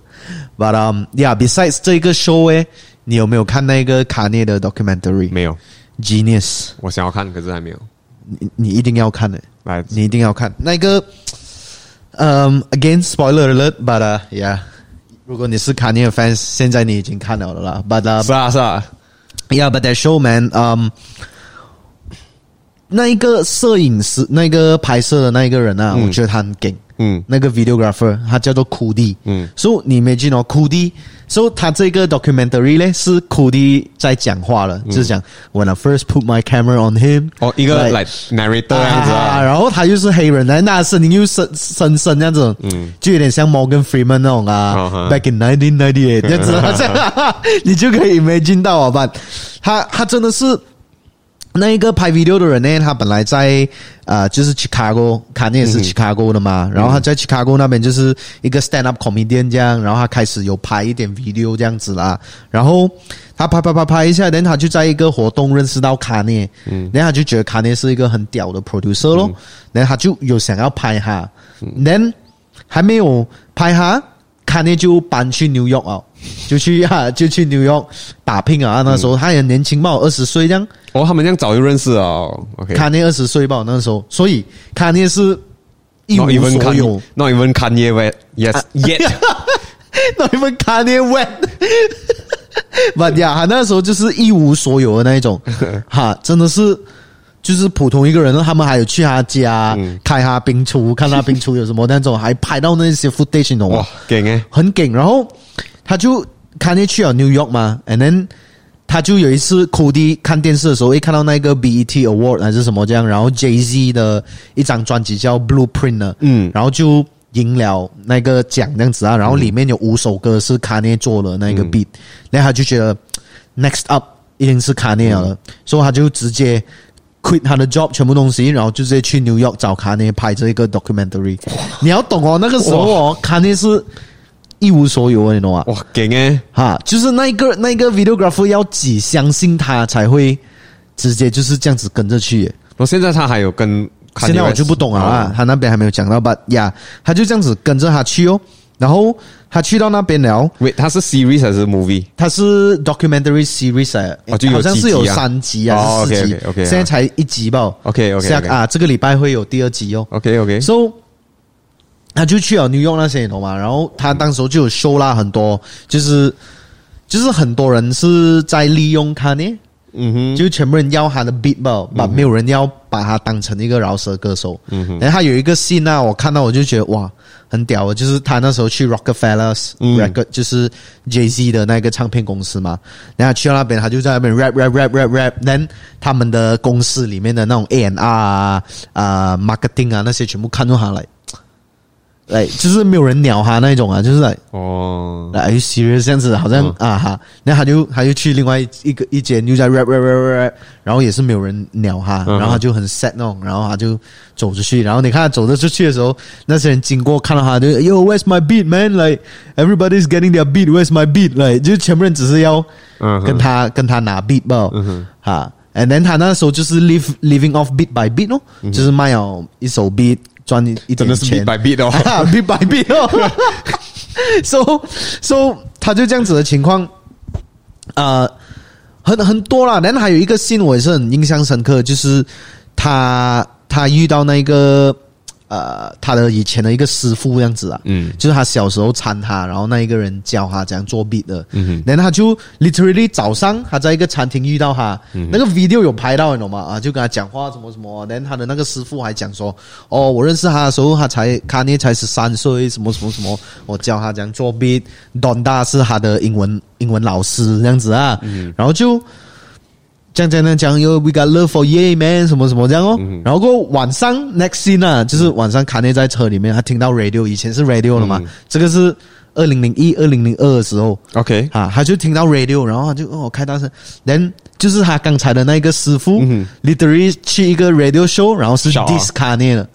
Speaker 2: ，But um yeah, besides 这个 show 诶，你有没有看那个卡涅的 documentary
Speaker 3: 没有，
Speaker 2: Genius？
Speaker 3: 我想要看，可是还没有。
Speaker 2: 你你一定要看的、
Speaker 3: 来，
Speaker 2: 你一定要看那个。嗯、a g a i n spoiler alert，but、uh, yeah，如果你是卡尼的 fans，现在你已经看了了啦。But、uh,
Speaker 3: 是啊是啊，
Speaker 2: yeah，but that show man，嗯、那一个摄影师，那个拍摄的那一个人啊，我觉得他很劲。
Speaker 3: 嗯
Speaker 2: 那个 videographer 他叫做 Kudi，
Speaker 3: 嗯
Speaker 2: 所以你 imagine 哦，Kudi，所以他这个 documentary 呢是 Kudi 在讲话了，
Speaker 3: 嗯
Speaker 2: 就是讲 When I first put my camera on him，
Speaker 3: 哦，一个
Speaker 2: like-
Speaker 3: like narrator 这样子
Speaker 2: 啊
Speaker 3: 啊，
Speaker 2: 然后他又是黑人，然后那声音又深深深这样子，嗯，就有点像 Morgan Freeman 那种
Speaker 3: 啊
Speaker 2: 啊
Speaker 3: 哈
Speaker 2: ，Back in 1998这样子， 好像你就可以 imagine 到啊，吧？他他真的是。那一个拍 video 的人呢，他本来在啊、呃就是 Chicago，卡内也是 Chicago 的嘛，然后他在 Chicago 那边就是一个 stand up comedian 这样，然后他开始有拍一点 video 这样子啦，然后他拍拍拍拍一下，然后他就在一个活动认识到卡内，嗯，然后他就觉得卡内是一个很屌的 producer 咯，然后他就有想要拍他，然、后还没有拍他，卡内就搬去 New York 哦，就去啊就去 New York 打拼啊，那时候他也年轻嘛，二十岁这样。
Speaker 3: 哦，他们这样早就认识了哦。OK，
Speaker 2: 卡涅二十岁吧，那时候，所以卡涅是一
Speaker 3: not
Speaker 2: 无
Speaker 3: even
Speaker 2: 所有 啊
Speaker 3: Kanye-，，not even Kanye West，yes yet，
Speaker 2: 那一份卡涅 w e t 不呀，他那时候就是一无所有的那一 种，哈，真的是就是普通一个人，他们还有去他家、
Speaker 3: 嗯
Speaker 2: 开他冰橱，看他冰橱有什么那种，还拍到那些 footage，你懂吗
Speaker 3: 哇？，给哎，
Speaker 2: 很梗。然后他就看见去了 New York 嘛，and then 他就有一次 Cody 看电视的时候，会看到那个 BET Award 还是什么这样，然后 Jay Z 的一张专辑叫 Blueprint 呢，
Speaker 3: 嗯
Speaker 2: 然后就赢了那个奖这样子啊，然后里面有五首歌是卡涅做的那个 beat，然后他就觉得 next up 一定是卡涅了，所以他就直接 quit 他的 job 全部东西，然后就直接去 New York 找卡涅拍这一个 documentary。你要懂哦，那个时候哦，卡涅是一无所有的，你懂吗？
Speaker 3: 哇，给哎，
Speaker 2: 哈，就是那一个那一个 videographer 要几相信他才会直接就是这样子跟着去耶。
Speaker 3: 然后现在他还有跟 Kanye
Speaker 2: 现在我就
Speaker 3: West
Speaker 2: 不懂了啊啦
Speaker 3: 哦，
Speaker 2: 他那边还没有讲到吧？呀，他就这样子跟着他去哦，然后他去到那边了。
Speaker 3: 哦 Wait，它是 series 还是 movie？
Speaker 2: 它是 documentary series，、啊
Speaker 3: 哦就有
Speaker 2: 好像是有
Speaker 3: 几集啊
Speaker 2: 三集啊，
Speaker 3: 哦
Speaker 2: 是四集
Speaker 3: OK，OK，OK，
Speaker 2: 现在才一集吧。
Speaker 3: OK，OK，OK
Speaker 2: 下啊，这个礼拜会有第二集哦。
Speaker 3: OK OK，
Speaker 2: So，他就去了 New York 那些，你懂吗？然后他当时候就有 show 啦，很多就是就是很多人是在利用他呢，
Speaker 3: 嗯哼，嗯
Speaker 2: 就全部人要他的 beat 吧，把、没有人要把他当成一个饶舌歌手。嗯然后他有一个信啊，我看到我就觉得哇，很屌啊！就是他那时候去 Rockefeller
Speaker 3: 嗯
Speaker 2: Record，、就是 Jay Z 的那个唱片公司嘛。然后他去到那边，他就在那边 rap rap rap rap rap。然后他们的公司里面的那种 A N R 啊、啊 marketing 啊那些全部看中他来，来就是没有人鸟他那一种啊，就是来
Speaker 3: 哦，
Speaker 2: 来 are you serious 这样子，好像、
Speaker 3: 嗯
Speaker 2: 啊哈，然后他就他就去另外一个一间又在 rap rap rap rap，然后也是没有人鸟他，
Speaker 3: 嗯
Speaker 2: 然后他就很 sad 那种，然后他就走出去，然后你看他走着出去的时候，那些人经过看到他就 Yo where's my beat man like everybody's getting their beat where's my beat like 就是全部人只是要
Speaker 3: 嗯哼嗯
Speaker 2: 跟他、跟他拿 beat 吧，
Speaker 3: 哼
Speaker 2: 哈、a n d then 他那时候就是 live living off beat by beat 哦，
Speaker 3: 嗯
Speaker 2: 就是卖了一首 beat 赚一一
Speaker 3: 真
Speaker 2: 点
Speaker 3: 的是
Speaker 2: 钱
Speaker 3: bit，by bit 哦，
Speaker 2: 哈， 比百倍哦。so so 他就这样子的情况，呃，很很多啦。然后还有一个信我也是很印象深刻，就是他他遇到那个呃他的以前的一个师傅这样子啊，
Speaker 3: 嗯
Speaker 2: 就是他小时候参他，然后那一个人教他怎样做 beat 的，
Speaker 3: 嗯
Speaker 2: 然后他就 literally 早上他在一个餐厅遇到他，
Speaker 3: 嗯
Speaker 2: 那个 video 有拍到，你懂吗？啊，就跟他讲话什么什么，然后他的那个师傅还讲说，哦，我认识他的时候，他才卡涅才十三岁，什么什么什么，我教他怎样做 beat，Donda 是他的英文英文老师这样子啊，
Speaker 3: 嗯
Speaker 2: 然后就。这样这样这样讲，又 we got love for you man 什么什么这样哦。
Speaker 3: 嗯
Speaker 2: 然后过后晚上 next scene 啊，就是晚上卡内在车里面，他听到 radio，以前是 radio 了嘛，
Speaker 3: 嗯
Speaker 2: 这个是二零零一、二零零二的时候
Speaker 3: 哼，OK，
Speaker 2: 啊，他就听到 radio，然后他就哦开大声，然就是他刚才的那个师傅、
Speaker 3: 嗯
Speaker 2: literally 去一个 radio show，然后是
Speaker 3: 小啊
Speaker 2: dis 卡内的。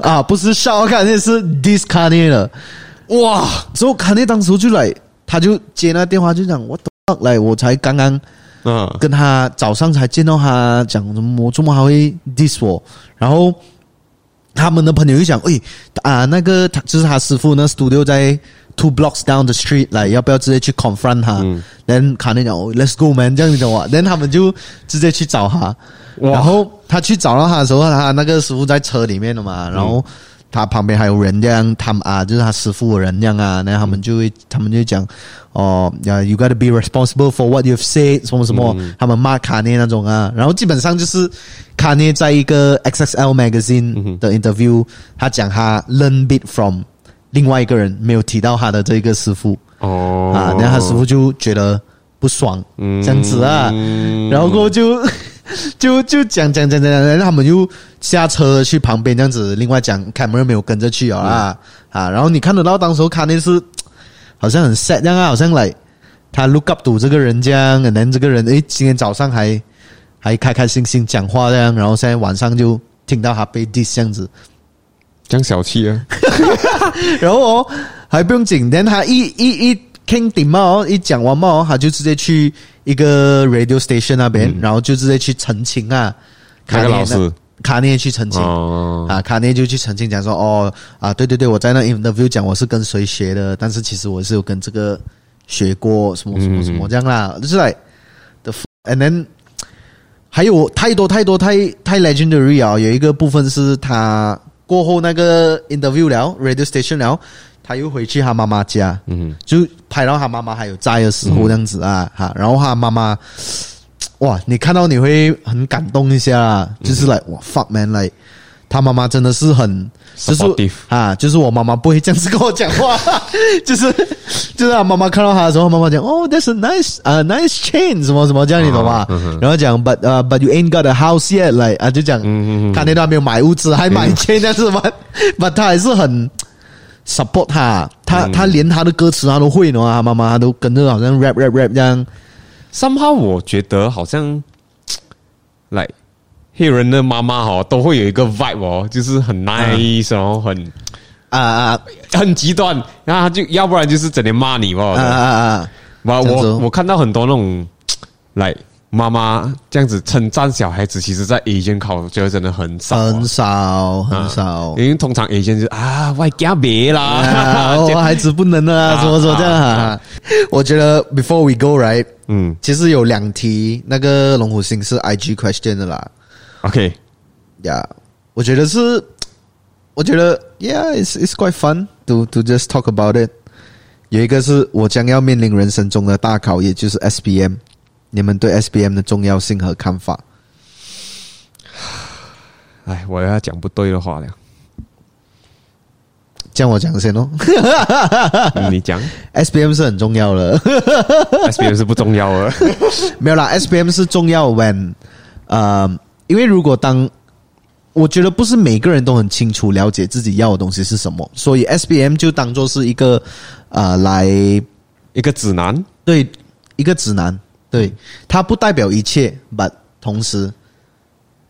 Speaker 2: 啊，不是笑卡内是 dis 卡内的，
Speaker 3: 哇，
Speaker 2: 之后卡内当时就来，他就接那电话就讲我来，我才刚刚
Speaker 3: 嗯
Speaker 2: 跟他早上才见到他，讲什么我周末还会 diss 我，然后他们的朋友就讲，诶啊，那个他就是他师傅那 studio 在 two blocks down the street，来要不要直接去 confront 他？然后卡内讲、哦、，let's go man，这样子讲哇，然后他们就直接去找他，
Speaker 3: 哇
Speaker 2: 然后他去找到他的时候，他那个师傅在车里面了嘛，然后。他旁边还有人这样，他们啊，就是他师傅的人这样啊，然后他们就会，他们就会讲，哦，呀，you gotta be responsible for what you've said，什么什么，他们骂卡涅那种啊，然后基本上就是卡涅在一个 XXL magazine 的 interview，、他讲他 learn bit from 另外一个人，没有提到他的这个师傅、
Speaker 3: 哦
Speaker 2: 啊，然后他师傅就觉得不爽，
Speaker 3: 嗯
Speaker 2: 这样子啊，然后过后就 就就讲讲讲讲讲，然后他们就下车去旁边这样子。另外讲，凯门没有跟着去啊啦、
Speaker 3: 嗯
Speaker 2: 啊，然后你看得到当时候卡内是好像很 sad 这样啊，好像来他 look up to 这个人这样，可能这个人诶今天早上还还开开心心讲话这样，然后现在晚上就听到他被 diss 这样子，
Speaker 3: 这样小气 啊，
Speaker 2: 然后哦还不用紧，但他一一一 king 顶帽哦一讲完帽，他就直接去一个 radio station 那边，然后就直接去澄清啊，
Speaker 3: 嗯那
Speaker 2: 卡
Speaker 3: 个
Speaker 2: 内
Speaker 3: 老师
Speaker 2: 卡内去澄清。
Speaker 3: 哦，
Speaker 2: 啊，卡内就去澄清讲说，哦，啊，对对对，我在那 interview 讲我是跟谁学的，但是其实我是有跟这个学过什么什么什么这样啦，就是 like the f- and then 还有太多太多太太 legendary 啊，有一个部分是他过后那个 interview 了 radio station 了，他又回去他妈妈家，
Speaker 3: 嗯
Speaker 2: 就拍到他妈妈还有在的时候这样子啊，哈、然后他妈妈，哇，你看到你会很感动一下啦，
Speaker 3: 嗯
Speaker 2: 就是来、哇 fuck man 来、他妈妈真的是很，就是
Speaker 3: Supportive
Speaker 2: 啊，就是我妈妈不会这样子跟我讲话， 就是就是啊他妈妈看到他的时候，妈妈讲哦、oh,，that's a nice 啊、nice chain 什么什么这样，你懂
Speaker 3: 啊
Speaker 2: 吗？
Speaker 3: 嗯
Speaker 2: 然后讲 but 呃、but you ain't got a house yet 来、啊就讲，
Speaker 3: 嗯嗯嗯嗯
Speaker 2: 看见他没有买屋子，还买 chain 这样子嘛，but 他还是很。support 他，他
Speaker 3: 嗯
Speaker 2: 他连他的歌词他都会呢，他妈妈他都跟着好像 rap rap rap 这样。
Speaker 3: somehow 我觉得好像来黑人的妈妈哦，都会有一个 vibe 哦，就是很 nice，、然后很
Speaker 2: 啊啊
Speaker 3: 很极端，然后他就要不然就是整天骂你
Speaker 2: 啊
Speaker 3: 哦。
Speaker 2: 啊啊！
Speaker 3: 我
Speaker 2: 这样子哦
Speaker 3: 我我看到很多那种来妈妈这样子称赞小孩子，其实在 Asian 考觉得真的很少、啊
Speaker 2: 很。少
Speaker 3: 啊
Speaker 2: 很 少
Speaker 3: 因为通常 Asian 就是啊，外加别啦
Speaker 2: 啊，，
Speaker 3: 这
Speaker 2: 我
Speaker 3: 样
Speaker 2: 孩子不能啊，
Speaker 3: 啊
Speaker 2: 什么什么这样
Speaker 3: 啊
Speaker 2: 啊。我觉得 before we go right，
Speaker 3: 嗯
Speaker 2: 其实有两题那个龙虎星是 IG question 的啦
Speaker 3: ，OK，
Speaker 2: 呀，我觉得是，我觉得 yeah，it's it's quite fun to to just talk about it。有一个是我将要面临人生中的大考验，就是 SBM。你们对 SBM 的重要性和看法？
Speaker 3: 哎，我要讲不对 的话了，
Speaker 2: 这样我讲先哦。
Speaker 3: 嗯你讲
Speaker 2: SBM 是很重要的，
Speaker 3: ，SBM 是不重要的。
Speaker 2: 没有啦。SBM 是重要 when 呃，因为如果当我觉得不是每个人都很清楚了解自己要的东西是什么，所以 SBM 就当做是一个呃来
Speaker 3: 一个指南，
Speaker 2: 对一个指南，对它不代表一切，but 同时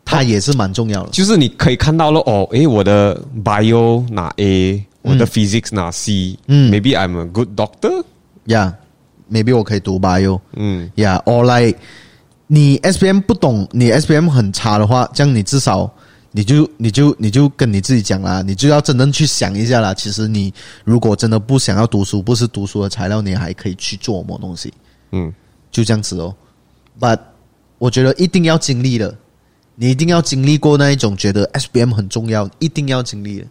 Speaker 2: 它也是蛮重要的。
Speaker 3: 就是你可以看到了哦，诶，我的 bio 拿 A，我的 physics 拿 C，
Speaker 2: 嗯
Speaker 3: 嗯，maybe I'm a good doctor，
Speaker 2: Yeah，maybe 我可以读 bio。
Speaker 3: 嗯，
Speaker 2: Yeah，or like 你 SPM 不懂，你 SPM 很差的话，这样你至少你就你就你就跟你自己讲啦，你就要真正去想一下啦。其实你如果真的不想要读书，不是读书的材料，你还可以去做某东西，
Speaker 3: 嗯，
Speaker 2: 就这样子哦。But 我觉得一定要经历的，你一定要经历过那一种觉得 SPM 很重要，一定要经历的，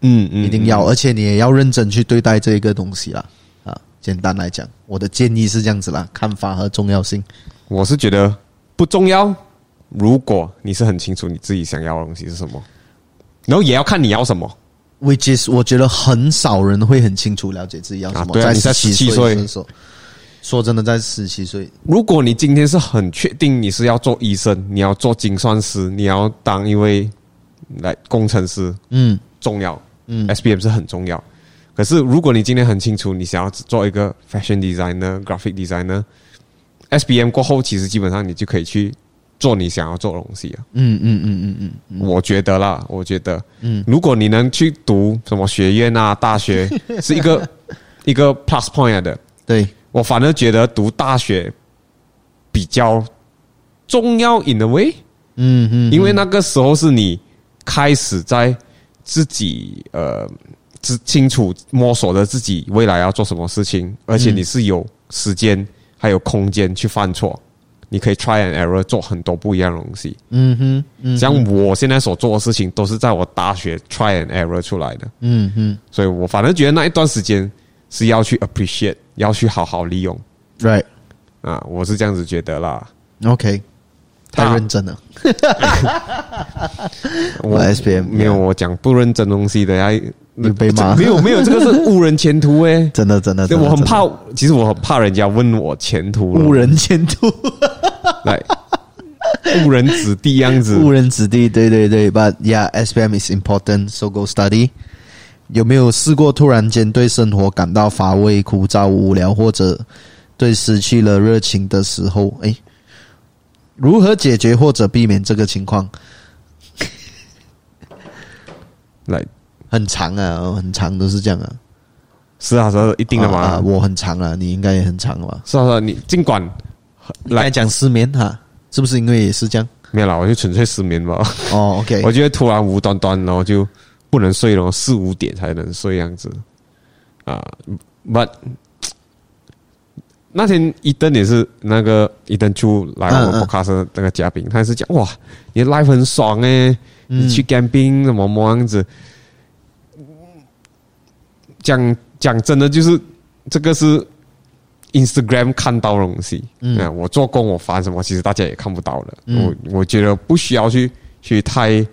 Speaker 3: 嗯嗯，
Speaker 2: 一定要，而且你也要认真去对待这一个东西啦。啊，简单来讲，我的建议是这样子啦，看法和重要性。
Speaker 3: 我是觉得不重要。如果你是很清楚你自己想要的东西是什么，然后也要看你要什么。
Speaker 2: which is 我觉得很少人会很清楚了解自己要什么。
Speaker 3: 啊对啊你
Speaker 2: 在
Speaker 3: 在
Speaker 2: 17
Speaker 3: 17
Speaker 2: 岁的时候，说真的，在十七岁，
Speaker 3: 如果你今天是很确定你是要做医生，你要做精算师，你要当一位来工程师，
Speaker 2: 嗯
Speaker 3: 重要，嗯，SPM 是很重要。可是如果你今天很清楚你想要做一个 fashion designer、graphic designer，SPM 过后，其实基本上你就可以去做你想要做的东西啊。
Speaker 2: 嗯嗯嗯嗯嗯，
Speaker 3: 我觉得啦，我觉得，嗯，如果你能去读什么学院啊、大 学，是一个一个 plus point 来的。
Speaker 2: 对，
Speaker 3: 我反而觉得读大学比较重要 in a way，
Speaker 2: 嗯嗯，
Speaker 3: 因为那个时候是你开始在自己呃，知清楚摸索着自己未来要做什么事情，而且你是有时间还有空间去犯错，你可以 try and error 做很多不一样的东西。
Speaker 2: 嗯哼，嗯
Speaker 3: 像我现在所做的事情，都是在我大学 try and error 出来的，
Speaker 2: 嗯嗯
Speaker 3: 所以我反而觉得那一段时间是要去 appreciate，要去好好利用
Speaker 2: ，right，OK，、
Speaker 3: 啊，我是这样子觉得啦。
Speaker 2: 太
Speaker 3: 他
Speaker 2: 认真了，
Speaker 3: 我
Speaker 2: SPM
Speaker 3: 哦没有，我讲不认真东西的呀，
Speaker 2: 啊你被骂
Speaker 3: 没有没有，这个是误人 前途哎、
Speaker 2: 真的真的，
Speaker 3: 对，
Speaker 2: 真的
Speaker 3: 我
Speaker 2: 真
Speaker 3: 很
Speaker 2: 的
Speaker 3: 怕，其实我很怕人家问我前途了
Speaker 2: 误人前途，
Speaker 3: 来误人子弟样子。
Speaker 2: 误人子弟，对对对，But yeah，SPM is important，so go study。有没有试过突然间对生活感到乏味、枯燥、无聊，或者对失去了热情的时候？诶，如何解决或者避免这个情况？
Speaker 3: 来，
Speaker 2: 很长啊，很长都是这样啊。
Speaker 3: 是啊是啊，一定的嘛。
Speaker 2: 啊啊我很长啊，你应该也很长了吧？
Speaker 3: 是啊是啊，你尽管
Speaker 2: 来
Speaker 3: 来
Speaker 2: 讲失眠哈、是不是因为也是这样？
Speaker 3: 没有啦，我就纯粹失眠吧。
Speaker 2: 哦，OK，
Speaker 3: 我觉得突然无端端，然后就不能睡了，四五点才能睡样子啊。But 那天伊登也是那个伊登出来我
Speaker 2: 嗯嗯
Speaker 3: 们 podcast 那个嘉宾，他也是讲哇，你的 life 很爽诶、
Speaker 2: 嗯
Speaker 3: 你去 camping 什么么样子。讲讲真的，就是这个是 Instagram 看到的东西。嗯、我做工我烦什么，其实大家也看不到的。
Speaker 2: 嗯
Speaker 3: 我我觉得不需要去去太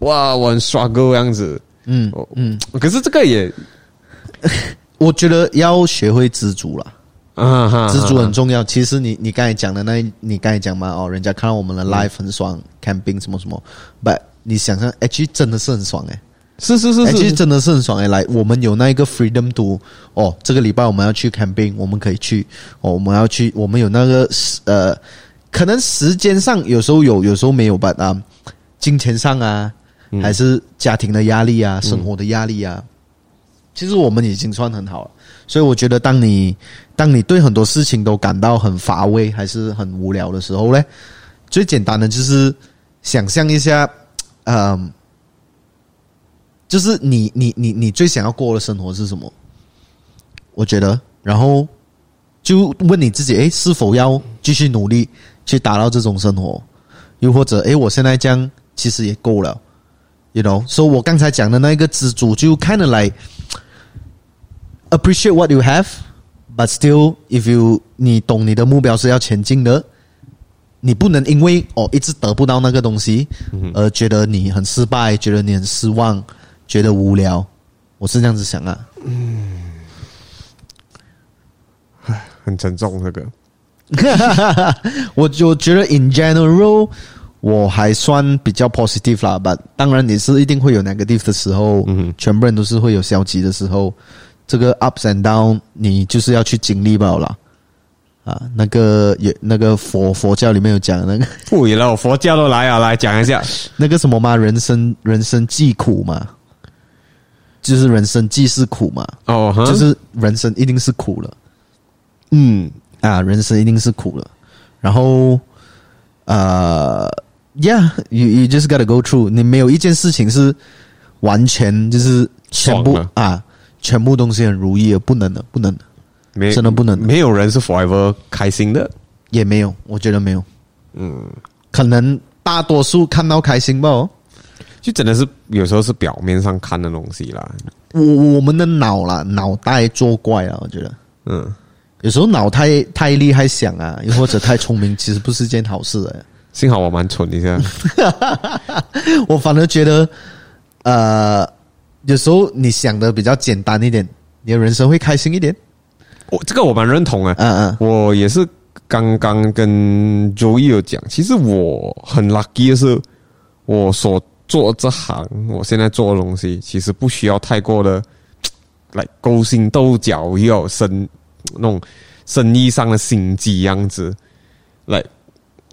Speaker 3: 哇，我很 struggle 这样子。
Speaker 2: 嗯
Speaker 3: 我
Speaker 2: 嗯，
Speaker 3: 可是这个也
Speaker 2: 我觉得要学会知足了。
Speaker 3: 啊哈，
Speaker 2: 知足很重要。其实你你刚才讲的那一，你刚才讲嘛，哦，人家看到我们的 life 很爽、c a m p i n g 什么什么，but 你想象，H 真的是很爽哎、
Speaker 3: 是是是
Speaker 2: h
Speaker 3: 是，
Speaker 2: 真的是很爽哎、来，我们有那一个 freedom to，哦，这个礼拜我们要去 camping，我们可以去，哦，我们要去，我们有那个呃，可能时间上有时候有，有时候没有吧啊，金钱上啊，
Speaker 3: 嗯
Speaker 2: 还是家庭的压力啊，生活的压力啊，其实我们已经算很好了。所以我觉得，当你当你对很多事情都感到很乏味，还是很无聊的时候呢，最简单的就是想象一下，嗯、就是你你你你最想要过的生活是什么？我觉得，然后就问你自己，诶，是否要继续努力去达到这种生活？又或者，诶，我现在这样其实也够了，you know。所以，我刚才讲的那一个知足，就 kind of like appreciate what you have。But still, if you 你懂你的目标是要前进的，你不能因为哦一直得不到那个东西，而觉得你很失败，觉得你很失望，觉得无聊。我是这样子想啊，
Speaker 3: 很沉重这个。
Speaker 2: 我就觉得 in general，我还算比较 positive 啦，但当然你是一定会有 negative 的时候，嗯，全部人都是会有消极的时候，这个 ups and down 你就是要去经历吧啦。啊，那个也那个佛佛教里面有讲那个
Speaker 3: 不了，佛教都来啊，来讲一下。
Speaker 2: 那个什么嘛，人生人生既苦嘛，就是人生既是苦嘛，
Speaker 3: 哦，哈
Speaker 2: 就是人生一定是苦了。
Speaker 3: 嗯，
Speaker 2: 啊，人生一定是苦了。然后，呃，Yeah，you you just gotta go through。你没有一件事情是完全就是全部
Speaker 3: 爽了
Speaker 2: 啊，全部东西很如意的，不能的，不能的，
Speaker 3: 没
Speaker 2: 真的不能
Speaker 3: 没有人是 forever 开心的。
Speaker 2: 也没有，我觉得没有。
Speaker 3: 嗯，
Speaker 2: 可能大多数看到开心吧、哦。
Speaker 3: 就真的是有时候是表面上看的东西啦。
Speaker 2: 我我们的脑啦，脑袋作怪了，我觉得
Speaker 3: 嗯，
Speaker 2: 有时候脑太太厉害想啊，又或者太聪明，其实不是件好事啊的。
Speaker 3: 幸好我蛮蠢一下。
Speaker 2: 我反而觉得，呃，有时候你想的比较简单一点，你的人生会开心一点。
Speaker 3: 我这个我蛮认同啊。
Speaker 2: 嗯嗯
Speaker 3: 我也是刚刚跟 Joey 有讲，其实我很 lucky 的是，我所做这行，我现在做的东西，其实不需要太过的来勾心斗角，又有生那种生意上的心机样子。来，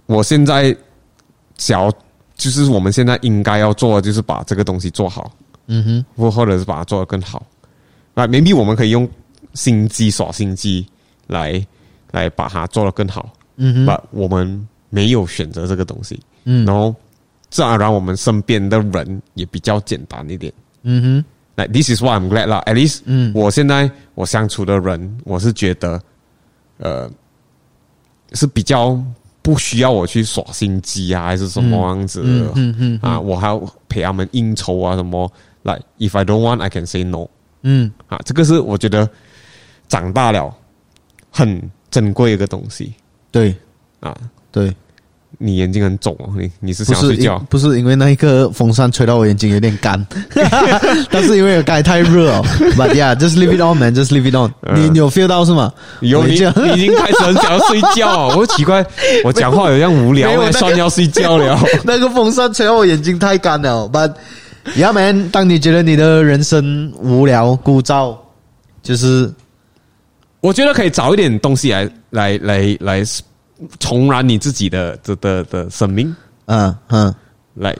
Speaker 3: 我现在想要，就是我们现在应该要做的，就是把这个东西做好。
Speaker 2: 嗯哼，
Speaker 3: 或或者是把它做得更好。那 maybe 我们可以用心机耍心机来来把它做得更好，
Speaker 2: 嗯哼，
Speaker 3: 把、我们没有选择这个东西，
Speaker 2: 嗯
Speaker 3: 然后自然而然我们身边的人也比较简单一点。
Speaker 2: 嗯哼，
Speaker 3: 那 this is what I'm glad 啦，at least，
Speaker 2: 嗯
Speaker 3: 我现在我相处的人，我是觉得，呃，是比较不需要我去耍心机啊，还是什么样子的
Speaker 2: 嗯嗯嗯
Speaker 3: 啊，我还要陪他们应酬啊，什么，like if I don't want I can say no
Speaker 2: 嗯
Speaker 3: 啊，这个是我觉得长大了很珍贵的一个东西
Speaker 2: 对
Speaker 3: 啊。
Speaker 2: 对，
Speaker 3: 你眼睛很肿哦，你你是
Speaker 2: 不
Speaker 3: 想要
Speaker 2: 是
Speaker 3: 睡
Speaker 2: 因
Speaker 3: 觉？
Speaker 2: 不是因为那一个风扇吹到我眼睛有点干， 但是因为该太热哦。But yeah, just leave it on, man, just leave it on
Speaker 3: 嗯
Speaker 2: 你。你有 feel 到是吗？
Speaker 3: 有
Speaker 2: 我
Speaker 3: 你，
Speaker 2: 这样
Speaker 3: 你已经开始很想要睡 觉哦。我奇怪，我讲话有像无聊
Speaker 2: 没有
Speaker 3: 欸，
Speaker 2: 那个
Speaker 3: 算要睡觉了。
Speaker 2: 那个风扇吹到我眼睛太干了。But yeah, man，当你觉得你的人生无聊枯燥，就是
Speaker 3: 我觉得可以找一点东西来来来来重燃你自己的的的的生命。
Speaker 2: 嗯嗯
Speaker 3: 来，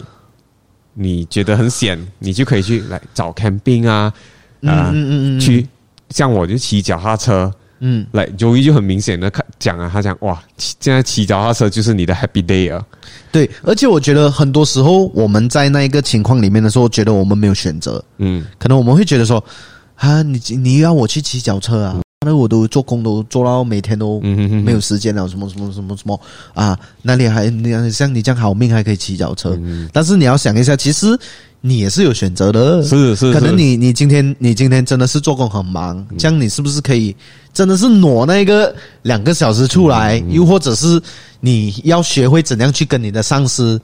Speaker 3: 你觉得很险，你就可以去来找 camping 啊，
Speaker 2: 嗯
Speaker 3: 啊、
Speaker 2: 嗯嗯嗯
Speaker 3: 去像我就骑脚踏车。
Speaker 2: 嗯，
Speaker 3: 来，Joey 就很明显的看讲啊，他讲哇，骑现在骑脚踏车就是你的 happy day 啊，
Speaker 2: 对，而且我觉得很多时候我们在那一个情况里面的时候，觉得我们没有选择，
Speaker 3: 嗯，
Speaker 2: 可能我们会觉得说，啊，你你要我去骑脚车啊，那我都做工都做到每天都
Speaker 3: 嗯哼哼
Speaker 2: 没有时间了，什么什么什么什么啊，那里还你像你这样好命还可以骑脚车，但是你要想一下，其实你也是有选择的，
Speaker 3: 是是，嗯
Speaker 2: 可能
Speaker 3: 是
Speaker 2: 你你今天你今天真的是做工很忙，这样你是不是可以真的是挪那个两个小时出来？
Speaker 3: 嗯
Speaker 2: 又或者是你要学会怎样去跟你的上司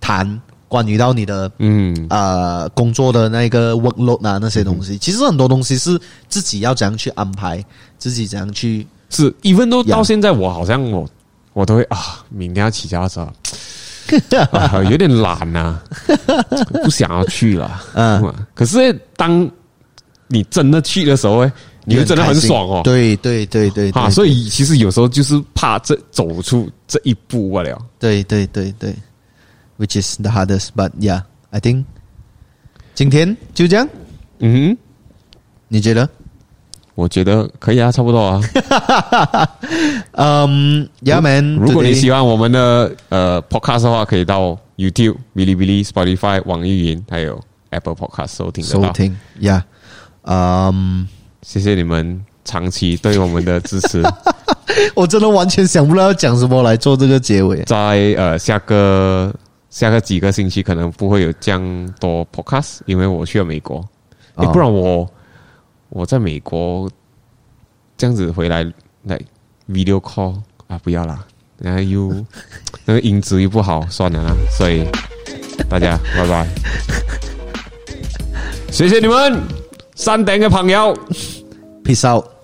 Speaker 2: 谈关于到你的
Speaker 3: 嗯
Speaker 2: 呃工作的那个 workload 啊那些东西？其实很多东西是自己要怎样去安排，自己怎样去
Speaker 3: 是，even 都
Speaker 2: Yeah
Speaker 3: 到现在我好像我我都会啊，明天要骑脚踏 车，啊、 有点懒呐、不想要去了。
Speaker 2: 嗯
Speaker 3: 嗯，可是当你真的去的时候，哎， 你会真的很
Speaker 2: 开心
Speaker 3: 爽哦。
Speaker 2: 对对对对
Speaker 3: 啊，
Speaker 2: 对，
Speaker 3: 所以其实有时候就是怕这走出这一步罢了。
Speaker 2: 对对对对，which is the hardest, but yeah, I think 今天就这样，
Speaker 3: 嗯哼，
Speaker 2: 你觉得？
Speaker 3: 我觉得可以啊，差不多 啊。
Speaker 2: 嗯、y e a h man
Speaker 3: 如果你喜
Speaker 2: 欢，
Speaker 3: 欢我们的呃 podcast 的话，可以到 YouTube、哔哩哔哩、Spotify、网易云还有 Apple Podcast 收听得
Speaker 2: 收
Speaker 3: 到。
Speaker 2: 听，Yeah，嗯、
Speaker 3: 谢谢你们长期对我们的支持。
Speaker 2: 我真的完全想不到要讲什么来做这个结尾。
Speaker 3: 在呃下个下个几个星期可能不会有这样多 podcast，因为我去了美国，诶，
Speaker 2: 哦
Speaker 3: 不然我我在美国这样子回来来 video call 啊，不要啦，然后又那个音质又不好，算了啦，所以大家拜拜，谢谢你们山顶的朋友。
Speaker 2: Peace out。